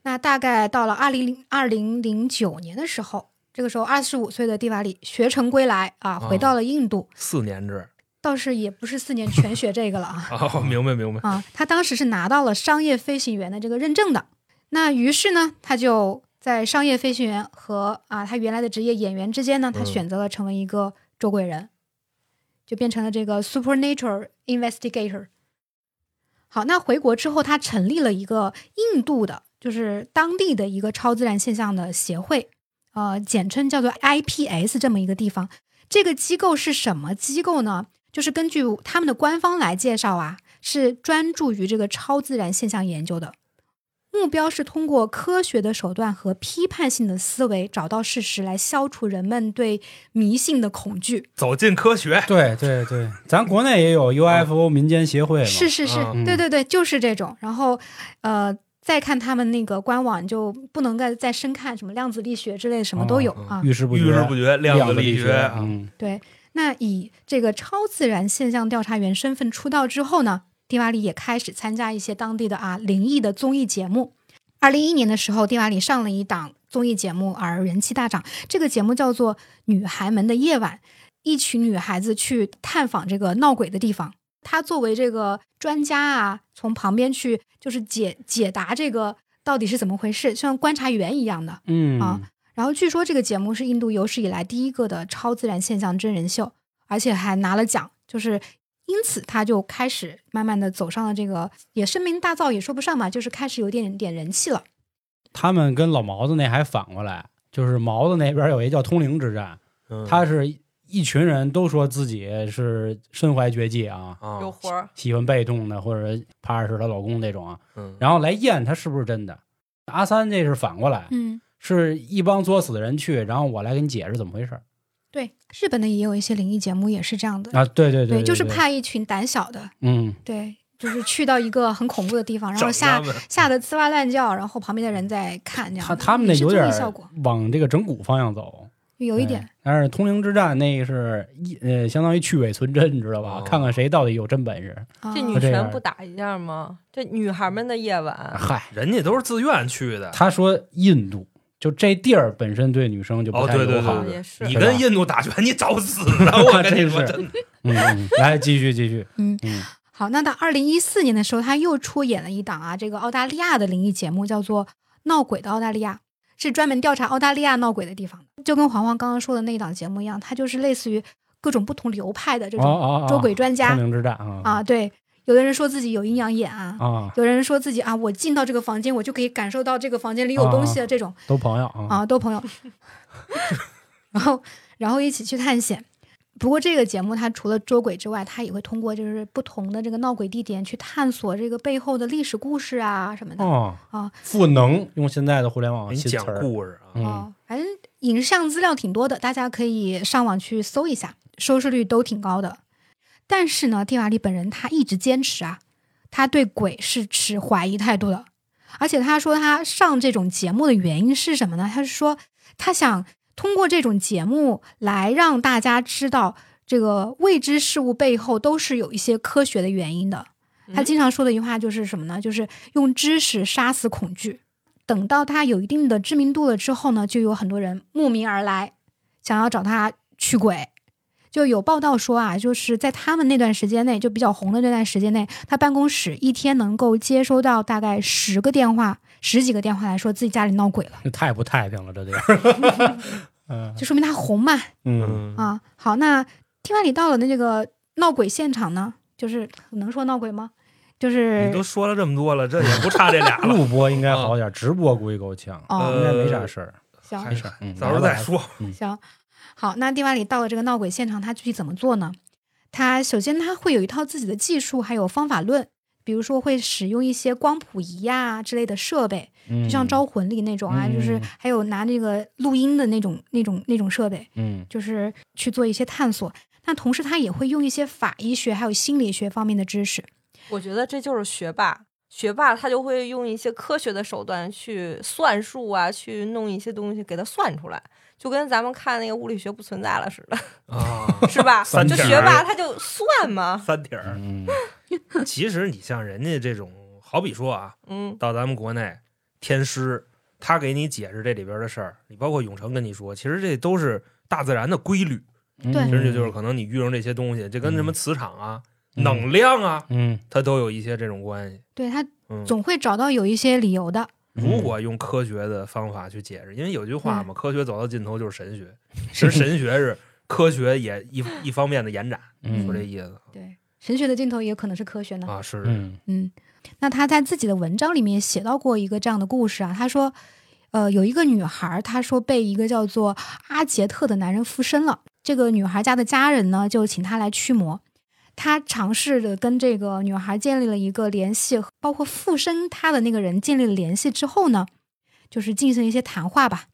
Speaker 3: 那大概到了二零零二零零九年的时候，这个时候二十五岁的蒂瓦里学成归来啊，
Speaker 6: 哦
Speaker 3: 回到了印度，
Speaker 6: 四年制
Speaker 3: 倒是也不是四年全学这个了啊。
Speaker 6: 啊，明白明白，
Speaker 3: 啊，他当时是拿到了商业飞行员的这个认证的。那于是呢，他就在商业飞行员和啊他原来的职业演员之间呢，他
Speaker 6: 嗯
Speaker 3: 选择了成为一个捉鬼人，就变成了这个 supernatural investigator。好，那回国之后，他成立了一个印度的，就是当地的一个超自然现象的协会，呃，简称叫做 IPS 这么一个地方。这个机构是什么机构呢？就是根据他们的官方来介绍啊，是专注于这个超自然现象研究的，目标是通过科学的手段和批判性的思维找到事实，来消除人们对迷信的恐惧。
Speaker 6: 走进科学，
Speaker 4: 对对对，咱国内也有 UFO 民间协会嘛。
Speaker 3: 是是是，
Speaker 6: 嗯
Speaker 3: 对对对，就是这种。然后，呃，再看他们那个官网，就不能再再深看什么量子力学之类的，什么都有、
Speaker 6: 哦
Speaker 3: 啊。
Speaker 4: 遇事不
Speaker 6: 遇
Speaker 4: 决，
Speaker 6: 事不决，量
Speaker 4: 子
Speaker 6: 力
Speaker 4: 学
Speaker 6: 啊，
Speaker 4: 嗯，
Speaker 3: 对，那以这个超自然现象调查员身份出道之后呢，蒂瓦里也开始参加一些当地的啊灵异的综艺节目。二零一一年的时候，蒂瓦里上了一档综艺节目，而人气大涨。这个节目叫做《女孩们的夜晚》，一群女孩子去探访这个闹鬼的地方。他作为这个专家啊，从旁边去就是解解答这个到底是怎么回事，像观察员一样的。
Speaker 4: 嗯
Speaker 3: 啊然后据说这个节目是印度有史以来第一个的超自然现象真人秀，而且还拿了奖，就是因此他就开始慢慢的走上了这个也声名大噪也说不上吧，就是开始有点点人气了。
Speaker 4: 他们跟老毛子那还反过来，就是毛子那边有一叫通灵之战，
Speaker 6: 嗯
Speaker 4: 他是一群人都说自己是身怀绝技啊，
Speaker 6: 啊
Speaker 5: 有活儿，
Speaker 4: 喜欢被动的或者帕尔是她老公这种啊，
Speaker 6: 嗯
Speaker 4: 然后来验他是不是真的。阿三这是反过来，
Speaker 3: 嗯，
Speaker 4: 是一帮作死的人去，然后我来给你解释怎么回事儿
Speaker 3: 对，日本的也有一些灵异节目也是这样的，
Speaker 4: 啊？对对对，
Speaker 3: 就是派一群胆小的，
Speaker 4: 嗯
Speaker 3: 对，就是去到一个很恐怖的地方，然
Speaker 6: 找
Speaker 3: 后吓
Speaker 6: 他们
Speaker 3: 吓得呲哇乱叫，然后旁边的人在看，这样
Speaker 4: 他
Speaker 3: 子
Speaker 4: 他们那
Speaker 3: 也是
Speaker 4: 有
Speaker 3: 综
Speaker 4: 点哎
Speaker 3: 艺效果
Speaker 4: 往这个整蛊方向走，
Speaker 3: 有一
Speaker 4: 对
Speaker 3: 点，。
Speaker 4: 但是通灵之战那是一呃，相当于去伪存真，你知道吧？
Speaker 6: 哦
Speaker 4: 看看谁到底有真本事。
Speaker 5: 这
Speaker 3: 啊
Speaker 5: 女
Speaker 4: 就这
Speaker 5: 权
Speaker 4: 样
Speaker 5: 不打一架吗？这女孩们的夜晚，
Speaker 4: 嗨，
Speaker 6: 人家都是自愿去的，
Speaker 4: 他说印度就这地儿本身对女生就不
Speaker 6: 哦
Speaker 4: 太
Speaker 6: 对对
Speaker 4: 友好。
Speaker 5: 哦
Speaker 6: 对
Speaker 5: 也是
Speaker 6: 你
Speaker 4: 对吧
Speaker 6: 跟印度打拳，你找 死啊！我跟你说
Speaker 4: 这是
Speaker 6: 真的，
Speaker 4: 嗯，嗯来继续继续。
Speaker 3: 嗯
Speaker 4: 嗯
Speaker 3: 好，那到二零一四年的时候，他又出演了一档啊，这个澳大利亚的灵异节目，叫做《闹鬼的澳大利亚》，是专门调查澳大利亚闹鬼的地方的，就跟黄黄刚刚说的那档节目一样，它就是类似于各种不同流派的这
Speaker 4: 哦
Speaker 3: 种
Speaker 4: 哦哦，
Speaker 3: 捉鬼专家
Speaker 4: 通灵之战啊
Speaker 3: 啊，对，有的人说自己有阴阳眼啊。
Speaker 4: 啊，
Speaker 3: 有人说自己啊，我进到这个房间，我就可以感受到这个房间里
Speaker 4: 哦
Speaker 3: 有东西的这种
Speaker 4: 都朋友啊
Speaker 3: 啊，都朋友， 然后然后一起去探险。不过这个节目它除了捉鬼之外，它也会通过就是不同的这个闹鬼地点去探索这个背后的历史故事啊什么的。
Speaker 4: 哦
Speaker 3: 啊
Speaker 4: 赋能用现在的互联网
Speaker 6: 你
Speaker 4: 新
Speaker 6: 讲
Speaker 4: 词儿，
Speaker 6: 故事啊，
Speaker 4: 嗯，
Speaker 3: 哦，反正影像资料挺多的，大家可以上网去搜一下，收视率都挺高的。但是呢，蒂瓦利本人他一直坚持啊，他对鬼是持怀疑态度的，而且他说他上这种节目的原因是什么呢？他是说他想通过这种节目来让大家知道这个未知事物背后都是有一些科学的原因的。他经常说的一句话就是什么呢？就是用知识杀死恐惧。等到他有一定的知名度了之后呢，就有很多人慕名而来，想要找他驱鬼。就有报道说啊，就是在他们那段时间内，就比较红的那段时间内，他办公室一天能够接收到大概十个电话、十几个电话来说自己家里闹鬼了，
Speaker 4: 这太不太平了，这地儿。嗯
Speaker 3: 就说明他红嘛
Speaker 4: 嗯，
Speaker 3: 啊。好，那听完你到了那这个闹鬼现场呢，就是能说闹鬼吗？就是
Speaker 6: 你都说了这么多了，这也不差这俩 了，
Speaker 4: 录播应该好点，直播估计够呛，
Speaker 3: 哦，
Speaker 4: 应该没啥事儿，
Speaker 3: 行，
Speaker 6: 呃
Speaker 4: 没事儿。嗯
Speaker 6: 到时候再。 说。
Speaker 3: 行，好，那蒂瓦里到了这个闹鬼现场，他具体怎么做呢？他首先他会有一套自己的技术，还有方法论，比如说会使用一些光谱仪呀、之类的设备，就
Speaker 4: 就
Speaker 3: 像招魂里那种啊，就是
Speaker 4: 嗯
Speaker 3: 还有拿那个录音的那种、那种、那种设备，
Speaker 4: 嗯
Speaker 3: 就是去做一些探索。那同时他也会用一些法医学还有心理学方面的知识。
Speaker 5: 我觉得这就是学霸。学霸他就会用一些科学的手段去算数啊，去弄一些东西给它算出来，就跟咱们看那个物理学不存在了似的，
Speaker 6: 啊，
Speaker 5: 是吧？
Speaker 6: 三
Speaker 5: 就
Speaker 6: 体儿
Speaker 5: 学霸他就算嘛，
Speaker 6: 三体 儿，
Speaker 4: 嗯，
Speaker 6: 其实你像人家这种，好比说啊，
Speaker 5: 嗯，
Speaker 6: 到咱们国内，天师他给你解释这里边的事儿，你包括永成跟你说，其实这都是大自然的规律。
Speaker 3: 对
Speaker 6: 其实这就是可能你遇上这些东西，这跟什么磁场啊、
Speaker 4: 嗯
Speaker 6: 能量啊，
Speaker 4: 嗯，
Speaker 6: 它都有一些这种关系。
Speaker 3: 对他
Speaker 6: 嗯，
Speaker 3: 总会找到有一些理由的。
Speaker 4: 嗯
Speaker 6: 如果用科学的方法去解释，因为有句
Speaker 3: 嗯
Speaker 6: 话嘛，科学走到尽头就是神学。其实神学是科学也一一方面的延展，
Speaker 4: 嗯
Speaker 6: 说这意思
Speaker 3: 对，神学的尽头也可能是科学呢。
Speaker 6: 啊，是
Speaker 4: 嗯
Speaker 3: 嗯，那他在自己的文章里面也写到过一个这样的故事啊，他说，呃，有一个女孩儿，她说被一个叫做阿杰特的男人附身了。这个女孩家的家人呢，就请她来驱魔。他尝试着跟这个女孩建立了一个联系，包括附身她的那个人建立了联系之后呢，就是进行一些谈话吧。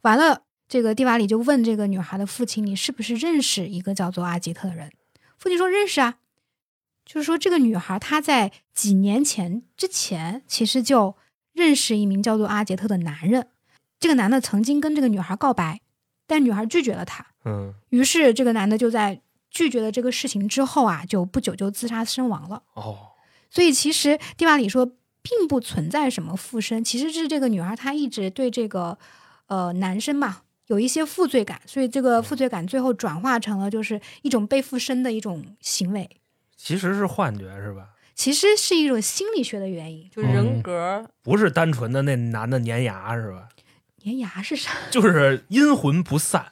Speaker 3: 完了，这个蒂瓦里就问这个女孩的父亲：“你是不是认识一个叫做阿杰特的人？”父亲说：“认识啊。”就是说，这个女孩她在几年前之前，其实就认识一名叫做阿杰特的男人。这个男的曾经跟这个女孩告白，但女孩拒绝了他。
Speaker 6: 嗯
Speaker 3: 于是，这个男的就在拒绝了这个事情之后啊，就不久就自杀身亡了。
Speaker 6: 哦，
Speaker 3: 所以，其实蒂瓦里说，并不存在什么附身，其实是这个女孩她一直对这个呃男生嘛有一些负罪感，所以这个负罪感最后转化成了就是一种被附身的一种行为。
Speaker 6: 其实是幻觉是吧？
Speaker 3: 其实是一种心理学的原因。
Speaker 5: 就人格
Speaker 6: 不是单纯的那男的粘牙是吧？
Speaker 3: 粘牙是啥？
Speaker 6: 就是阴魂不散，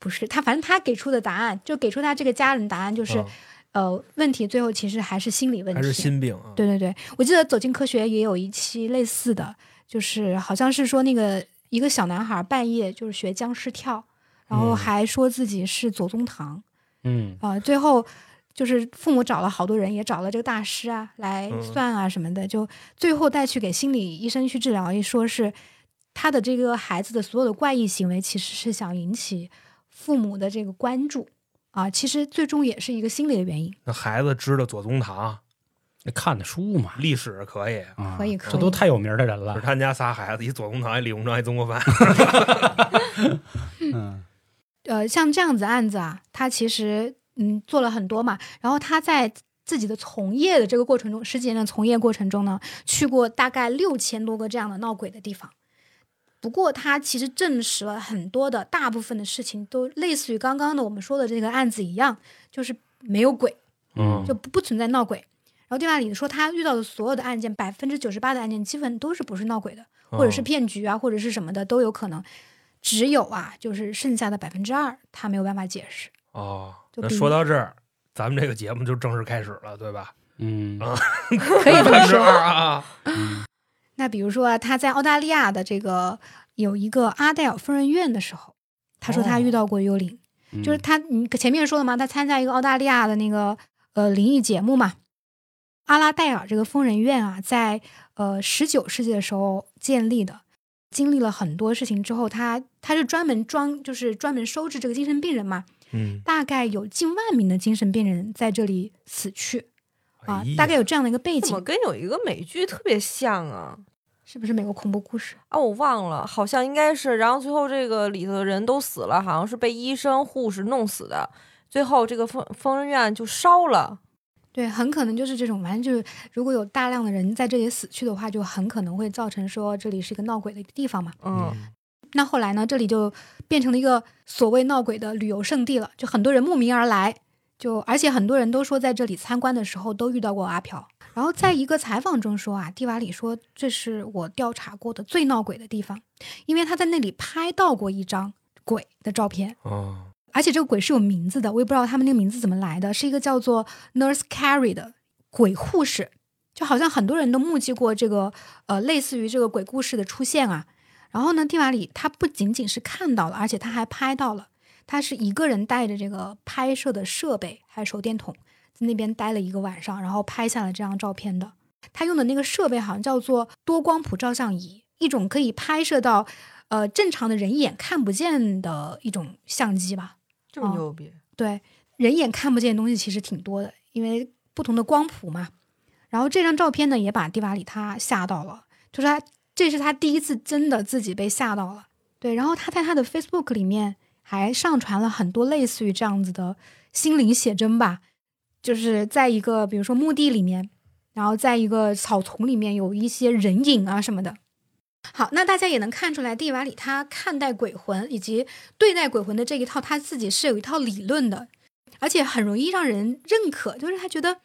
Speaker 3: 不是他，反正他给出的答案，就给出他这个家人答案，就是、
Speaker 6: 啊
Speaker 3: 呃，问题最后其实还是心理问题。
Speaker 6: 还是心病啊？
Speaker 3: 对对对，我记得《走进科学》也有一期类似的，就是好像是说那个一个小男孩半夜就是学僵尸跳，然后
Speaker 4: 嗯
Speaker 3: 还说自己是左宗棠
Speaker 4: 嗯
Speaker 3: 啊、最后就是父母找了好多人，也找了这个大师啊来
Speaker 6: 嗯
Speaker 3: 算啊什么的，就最后带去给心理医生去治疗，一说是他的这个孩子的所有的怪异行为，其实是想引起父母的这个关注啊，其实最终也是一个心理的原因。
Speaker 6: 那孩子知道左宗棠
Speaker 4: 那看的书嘛，
Speaker 6: 历史可以，
Speaker 4: 啊，
Speaker 3: 可以可以
Speaker 4: 这都太有名的人
Speaker 6: 就是
Speaker 4: 了。
Speaker 6: 他们家仨孩子，一左宗棠，一李鸿章，一曾国藩。
Speaker 4: 嗯
Speaker 3: 呃，像这样子案子啊，他其实嗯做了很多嘛，然后他在自己的从业的这个过程中，十几年的从业过程中呢，去过大概六千多个这样的闹鬼的地方。不过，他其实证实了很多的大部分的事情都类似于刚刚的我们说的这个案子一样，就是没有鬼，
Speaker 4: 嗯
Speaker 3: 就不不存在闹鬼。然后电话里说，他遇到的所有的案件，百分之九十八的案件基本都是不是闹鬼的，或者
Speaker 6: 嗯
Speaker 3: 是骗局啊，或者是什么的都有可能。只有啊，就是剩下的百分之二，他没有办法解释。
Speaker 6: 哦，
Speaker 3: 就
Speaker 6: 那
Speaker 3: 比
Speaker 6: 说到这儿，咱们这个节目就正式开始了，对吧？
Speaker 4: 嗯
Speaker 6: 啊
Speaker 3: 可以这么
Speaker 6: 三十
Speaker 3: 说。
Speaker 6: 二啊，
Speaker 3: 那比如说啊，他在澳大利亚的这个有一个阿黛尔疯人院的时候，他说他遇到过幽灵，
Speaker 4: 嗯
Speaker 3: 就是他你前面说了嘛，他参加一个澳大利亚的那个呃灵异节目嘛。阿拉戴尔这个疯人院啊，在呃十九世纪的时候建立的，经历了很多事情之后，他他是专门装，就是专门收治这个精神病人嘛。
Speaker 6: 嗯，
Speaker 3: 大概有近万名的精神病人在这里死去啊
Speaker 6: 哎呀，
Speaker 3: 大概有这样的一个背
Speaker 5: 怎么
Speaker 3: 景，
Speaker 5: 跟有一个美剧特别像啊？
Speaker 3: 是不是美国恐怖故事？
Speaker 5: 啊，我忘了，好像应该是。然后最后这个里头的人都死了，好像是被医生、护士弄死的。最后这个疯疯人院就烧了，
Speaker 3: 对，很可能就是这种，反正就是如果有大量的人在这里死去的话，就很可能会造成说这里是一个闹鬼的一个地方嘛。
Speaker 5: 嗯，
Speaker 3: 那后来呢，这里就变成了一个所谓闹鬼的旅游胜地了，就很多人慕名而来，就而且很多人都说在这里参观的时候都遇到过阿飘。然后在一个采访中说啊，蒂瓦里说这是我调查过的最闹鬼的地方，因为他在那里拍到过一张鬼的照片，
Speaker 6: 哦，
Speaker 3: 而且这个鬼是有名字的，我也不知道他们那个名字怎么来的，是一个叫做 Nurse Carrie 的鬼护士，就好像很多人都目击过这个呃类似于这个鬼故事的出现啊。然后呢，蒂瓦里他不仅仅是看到了，而且他还拍到了，他是一个人带着这个拍摄的设备还有手电筒在那边待了一个晚上，然后拍下了这张照片的。他用的那个设备好像叫做多光谱照相仪，一种可以拍摄到呃正常的人眼看不见的一种相机吧。
Speaker 5: 这么
Speaker 3: 哦
Speaker 5: 牛逼，
Speaker 3: 对，人眼看不见的东西其实挺多的，因为不同的光谱嘛。然后这张照片呢，也把蒂瓦里他吓到了，就是他这是他第一次真的自己被吓到了。对，然后他在他的 Facebook 里面还上传了很多类似于这样子的心灵写真吧，就是在一个比如说墓地里面，然后在一个草丛里面有一些人影啊什么的。好，那大家也能看出来，蒂瓦里他看待鬼魂以及对待鬼魂的这一套，他自己是有一套理论的，而且很容易让人认可，就是他觉得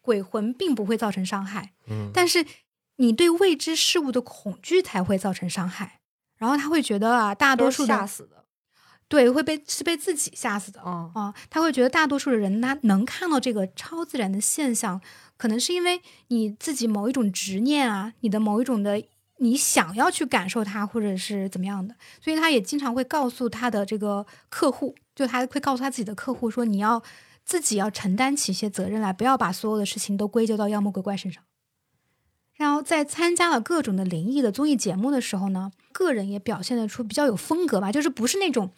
Speaker 3: 鬼魂并不会造成伤害，
Speaker 6: 嗯，
Speaker 3: 但是你对未知事物的恐惧才会造成伤害。然后他会觉得啊，大
Speaker 5: 大
Speaker 3: 多数
Speaker 5: 吓
Speaker 3: 的
Speaker 5: 死的
Speaker 3: 对会被是被自己吓死的
Speaker 5: 啊、
Speaker 3: 啊、他会觉得大多数的人他能看到这个超自然的现象，可能是因为你自己某一种执念啊，你的某一种的你想要去感受它，或者是怎么样的，所以他也经常会告诉他的这个客户，就他会告诉他自己的客户说，你要自己要承担起一些责任来，不要把所有的事情都归咎到妖魔鬼怪身上。然后在参加了各种的灵异的综艺节目的时候呢，个人也表现得出比较有风格吧，就是不是那种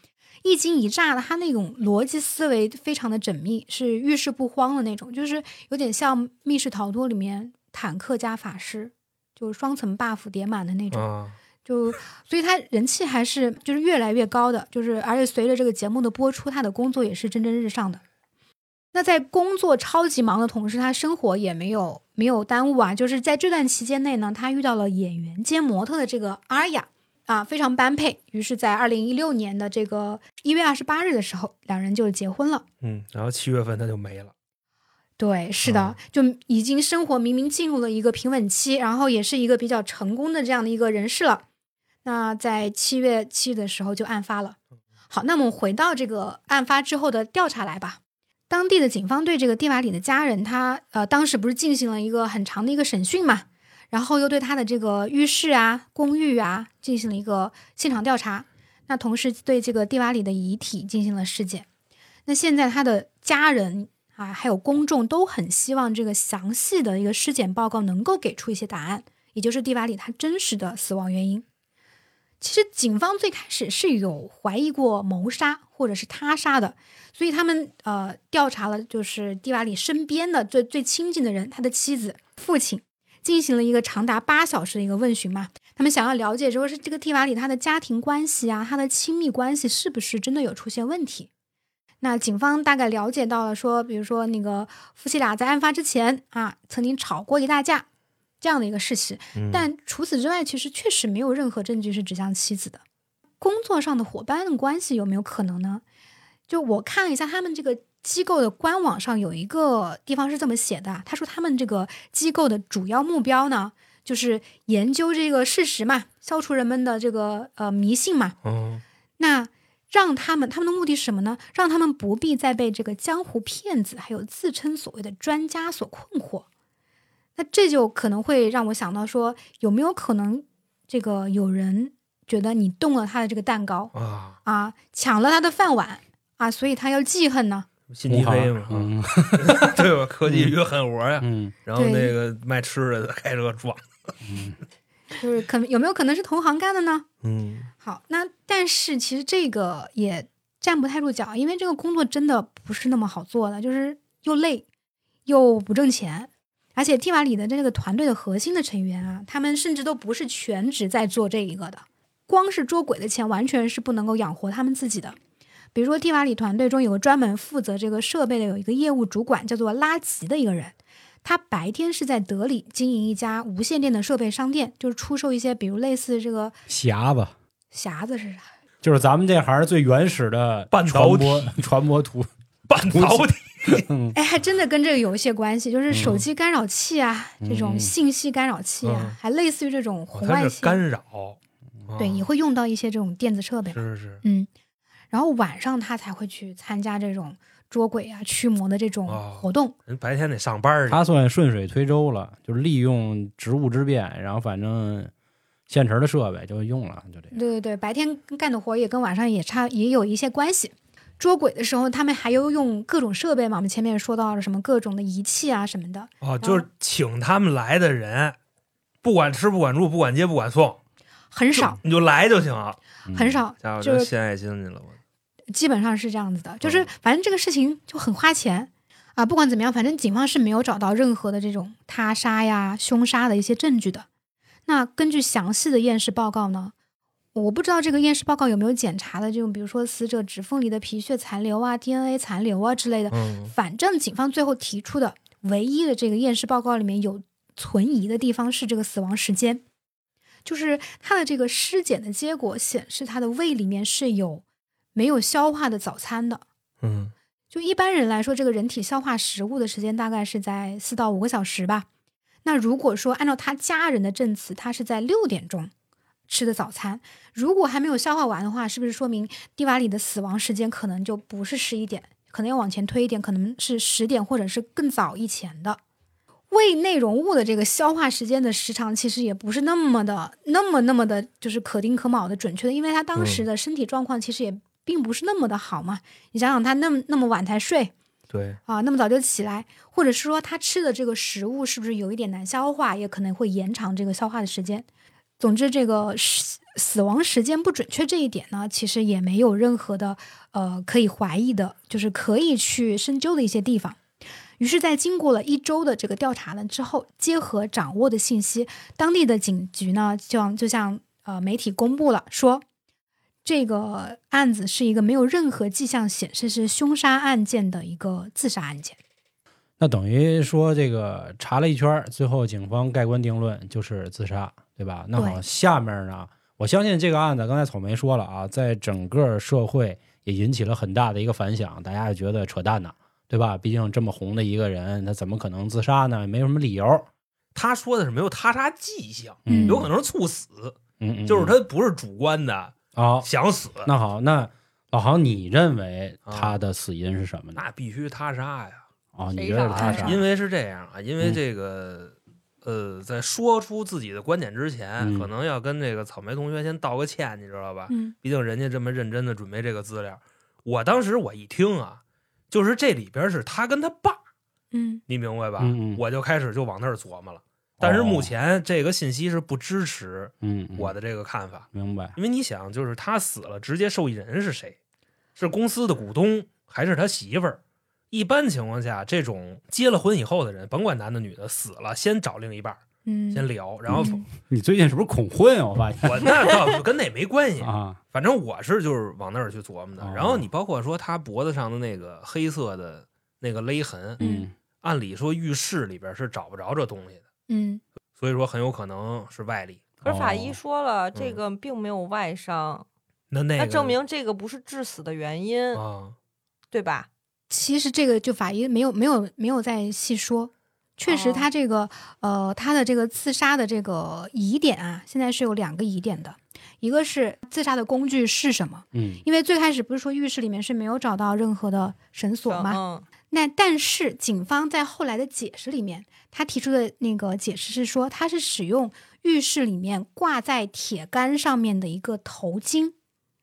Speaker 3: 一惊一乍的，他那种逻辑思维非常的缜密，是遇事不慌的那种，就是有点像《密室逃脱》里面坦克加法师，就是双层 buff 叠满的那种。
Speaker 6: 啊，
Speaker 3: 就所以他人气还是就是越来越高的，就是而且随着这个节目的播出，他的工作也是蒸蒸日上的。那在工作超级忙的同时，他生活也没有没有耽误啊。就是在这段期间内呢，他遇到了演员兼模特的这个阿雅啊，非常般配。于是，在二零一六年的这个一月二十八日的时候，两人就结婚了。
Speaker 6: 嗯，然后七月份他就没了，
Speaker 3: 对，是的，就已经生活明明进入了一个平稳期，然后也是一个比较成功的这样的一个人士了。那在七月七的时候就案发了。好，那么回到这个案发之后的调查来吧。当地的警方对这个蒂瓦里的家人，他呃当时不是进行了一个很长的一个审讯嘛，然后又对他的这个浴室啊、公寓啊进行了一个现场调查。那同时对这个蒂瓦里的遗体进行了尸检。那现在他的家人啊，还有公众都很希望这个详细的一个尸检报告能够给出一些答案，也就是蒂瓦里他真实的死亡原因。其实警方最开始是有怀疑过谋杀或者是他杀的，所以他们呃调查了就是蒂瓦里身边的最最亲近的人，他的妻子、父亲，进行了一个长达八小时的一个问询嘛。他们想要了解，说是这个蒂瓦里他的家庭关系啊，他的亲密关系是不是真的有出现问题？那警方大概了解到了说，比如说那个夫妻俩在案发之前啊曾经吵过一大架这样的一个事实，
Speaker 7: 嗯
Speaker 3: 但除此之外，其实确实没有任何证据是指向妻子的。工作上的伙伴关系有没有可能呢？就我看了一下他们这个机构的官网上有一个地方是这么写的啊，他说他们这个机构的主要目标呢，就是研究这个事实嘛，消除人们的这个呃迷信嘛。
Speaker 6: 嗯，
Speaker 3: 那让他们他们的目的是什么呢？让他们不必再被这个江湖骗子还有自称所谓的专家所困惑。那这就可能会让我想到说，有没有可能这个有人觉得你动了他的这个蛋糕
Speaker 6: 啊，
Speaker 3: 啊，抢了他的饭碗啊，所以他要记恨呢？
Speaker 6: 心机飞嘛，啊
Speaker 4: 嗯
Speaker 6: 对吧？科技与狠活呀，
Speaker 4: 嗯，
Speaker 6: 然后那个卖吃的开车撞，
Speaker 3: 就是可能有没有可能是同行干的呢？
Speaker 6: 嗯，
Speaker 3: 好，那但是其实这个也站不太住脚，因为这个工作真的不是那么好做的，就是又累又不挣钱，而且蒂瓦里的这个团队的核心的成员啊，他们甚至都不是全职在做这一个的，光是捉鬼的钱完全是不能够养活他们自己的。比如说，蒂瓦里团队中有个专门负责这个设备的，有一个业务主管，叫做拉吉的一个人。他白天是在德里经营一家无线电的设备商店，就是出售一些比如类似这个
Speaker 4: 匣子
Speaker 3: 匣子是啥
Speaker 4: 就是咱们这行最原始的
Speaker 6: 半
Speaker 4: 传
Speaker 6: 导体
Speaker 4: 播 传播图，
Speaker 6: 半导体
Speaker 3: 哎，还真的跟这个有一些关系，
Speaker 6: 嗯
Speaker 3: 就是手机干扰器啊，这种
Speaker 4: 嗯
Speaker 3: 信息干扰器啊，
Speaker 6: 嗯
Speaker 3: 还类似于这种
Speaker 6: 哦
Speaker 3: 红
Speaker 6: 它
Speaker 3: 外
Speaker 6: 是
Speaker 3: 线，
Speaker 6: 干扰，啊
Speaker 3: 对，也会用到一些这种电子设备。
Speaker 6: 是是是
Speaker 3: 嗯，然后晚上他才会去参加这种捉鬼啊、驱魔的这种
Speaker 6: 哦
Speaker 3: 活动。
Speaker 6: 人白天得上班儿去，
Speaker 4: 他算顺水推舟了，就是利用职务之便，然后反正现成的设备就用了，就这样。
Speaker 3: 对对对，白天干的活也跟晚上也差也有一些关系。捉鬼的时候，他们还有用各种设备嘛，我们前面也说到了什么各种的仪器啊什么的。
Speaker 6: 哦，就是请他们来的人，不管吃不管住不管接不管送，
Speaker 3: 很少，
Speaker 6: 你就来就行嗯了。
Speaker 3: 很少
Speaker 6: 家伙，
Speaker 3: 就
Speaker 6: 就是献爱心去了，我
Speaker 3: 基本上是这样子的，就是反正这个事情就很花钱啊。不管怎么样，反正警方是没有找到任何的这种他杀呀、凶杀的一些证据的。那根据详细的验尸报告呢，我不知道这个验尸报告有没有检查的这种，比如说死者指缝里的皮屑残留啊、DNA 残留啊之类的。
Speaker 6: 嗯，
Speaker 3: 反正警方最后提出的唯一的这个验尸报告里面有存疑的地方是这个死亡时间，就是他的这个尸检的结果显示他的胃里面是有没有消化的早餐的。
Speaker 6: 嗯，
Speaker 3: 就一般人来说，这个人体消化食物的时间大概是在四到五个小时吧。那如果说按照他家人的证词，他是在六点钟吃的早餐，如果还没有消化完的话，是不是说明蒂瓦里的死亡时间可能就不是十一点，可能要往前推一点，可能是十点或者是更早以前的？胃内容物的这个消化时间的时长其实也不是那么的、那么、那么的，就是可丁可卯的准确的，因为他当时的身体状况其实也并不是那么的好嘛。你想想，他那么那么晚才睡
Speaker 6: 对，
Speaker 3: 啊，那么早就起来，或者是说他吃的这个食物是不是有一点难消化，也可能会延长这个消化的时间。总之，这个死死亡时间不准确这一点呢，其实也没有任何的呃可以怀疑的，就是可以去深究的一些地方。于是，在经过了一周的这个调查了之后，结合掌握的信息，当地的警局呢，就像就像呃媒体公布了说，这个案子是一个没有任何迹象显示是凶杀案件的一个自杀案件。
Speaker 4: 那等于说这个查了一圈儿，最后警方盖棺定论就是自杀，对吧？那好，
Speaker 3: 对
Speaker 4: 下面呢，我相信这个案子，刚才草莓说了啊，在整个社会也引起了很大的一个反响，大家也觉得扯淡呐，对吧？毕竟这么红的一个人，他怎么可能自杀呢？没有什么理由。
Speaker 6: 他说的是没有他杀迹象，
Speaker 3: 嗯
Speaker 6: 有可能是猝死，
Speaker 4: 嗯嗯，
Speaker 6: 就是他不是主观的
Speaker 4: 他啊。
Speaker 6: 想死，
Speaker 4: 那好，那老航，你认为
Speaker 6: 啊
Speaker 4: 他的死因是什么呢？
Speaker 6: 那必须他杀呀，
Speaker 4: 哦，你觉得是他杀？
Speaker 6: 因为是这样啊，因为
Speaker 4: 嗯
Speaker 6: 这个。呃，在说出自己的观点之前，
Speaker 4: 嗯
Speaker 6: 可能要跟这个草莓同学先道个歉，你知道吧？
Speaker 3: 嗯
Speaker 6: 毕竟人家这么认真的准备这个资料，我当时我一听啊，就是这里边是他跟他爸，
Speaker 3: 嗯
Speaker 6: 你明白吧？
Speaker 4: 嗯嗯哦
Speaker 6: 我就开始就往那儿琢磨了。但是目前这个信息是不支持
Speaker 4: 嗯，嗯
Speaker 6: 我的这个看法，
Speaker 4: 明白。
Speaker 6: 因为你想，就是他死了，直接受益人是谁？是公司的股东还是他媳妇儿？一般情况下，这种结了婚以后的人，甭管男的女的，死了先找另一半儿
Speaker 3: 嗯，
Speaker 6: 先聊，然后
Speaker 3: 嗯
Speaker 4: 你最近是不是恐婚啊？我发现
Speaker 6: 我那倒跟那没关系，
Speaker 4: 啊，
Speaker 6: 反正我是就是往那儿去琢磨的
Speaker 4: 哦。
Speaker 6: 然后你包括说他脖子上的那个黑色的那个勒痕，
Speaker 4: 嗯
Speaker 6: 按理说浴室里边是找不着这东西的，
Speaker 3: 嗯
Speaker 6: 所以说很有可能是外力。
Speaker 5: 可是法
Speaker 4: 哦
Speaker 5: 医说了，这个并没有外伤，
Speaker 6: 那那
Speaker 5: 那
Speaker 6: 个
Speaker 5: 证明这个不是致死的原因，
Speaker 4: 哦
Speaker 6: 啊，
Speaker 5: 对吧？
Speaker 3: 其实这个就法医没有没有没有再细说。确实，
Speaker 5: 哦
Speaker 3: 他这个、呃，他的这个自杀的这个疑点啊，现在是有两个疑点的，一个是自杀的工具是什么？
Speaker 4: 嗯
Speaker 3: 因为最开始不是说浴室里面是没有找到任何的绳索
Speaker 6: 哦
Speaker 3: 吗？
Speaker 5: 嗯，
Speaker 3: 那但是警方在后来的解释里面，他提出的那个解释是说，他是使用浴室里面挂在铁杆上面的一个头巾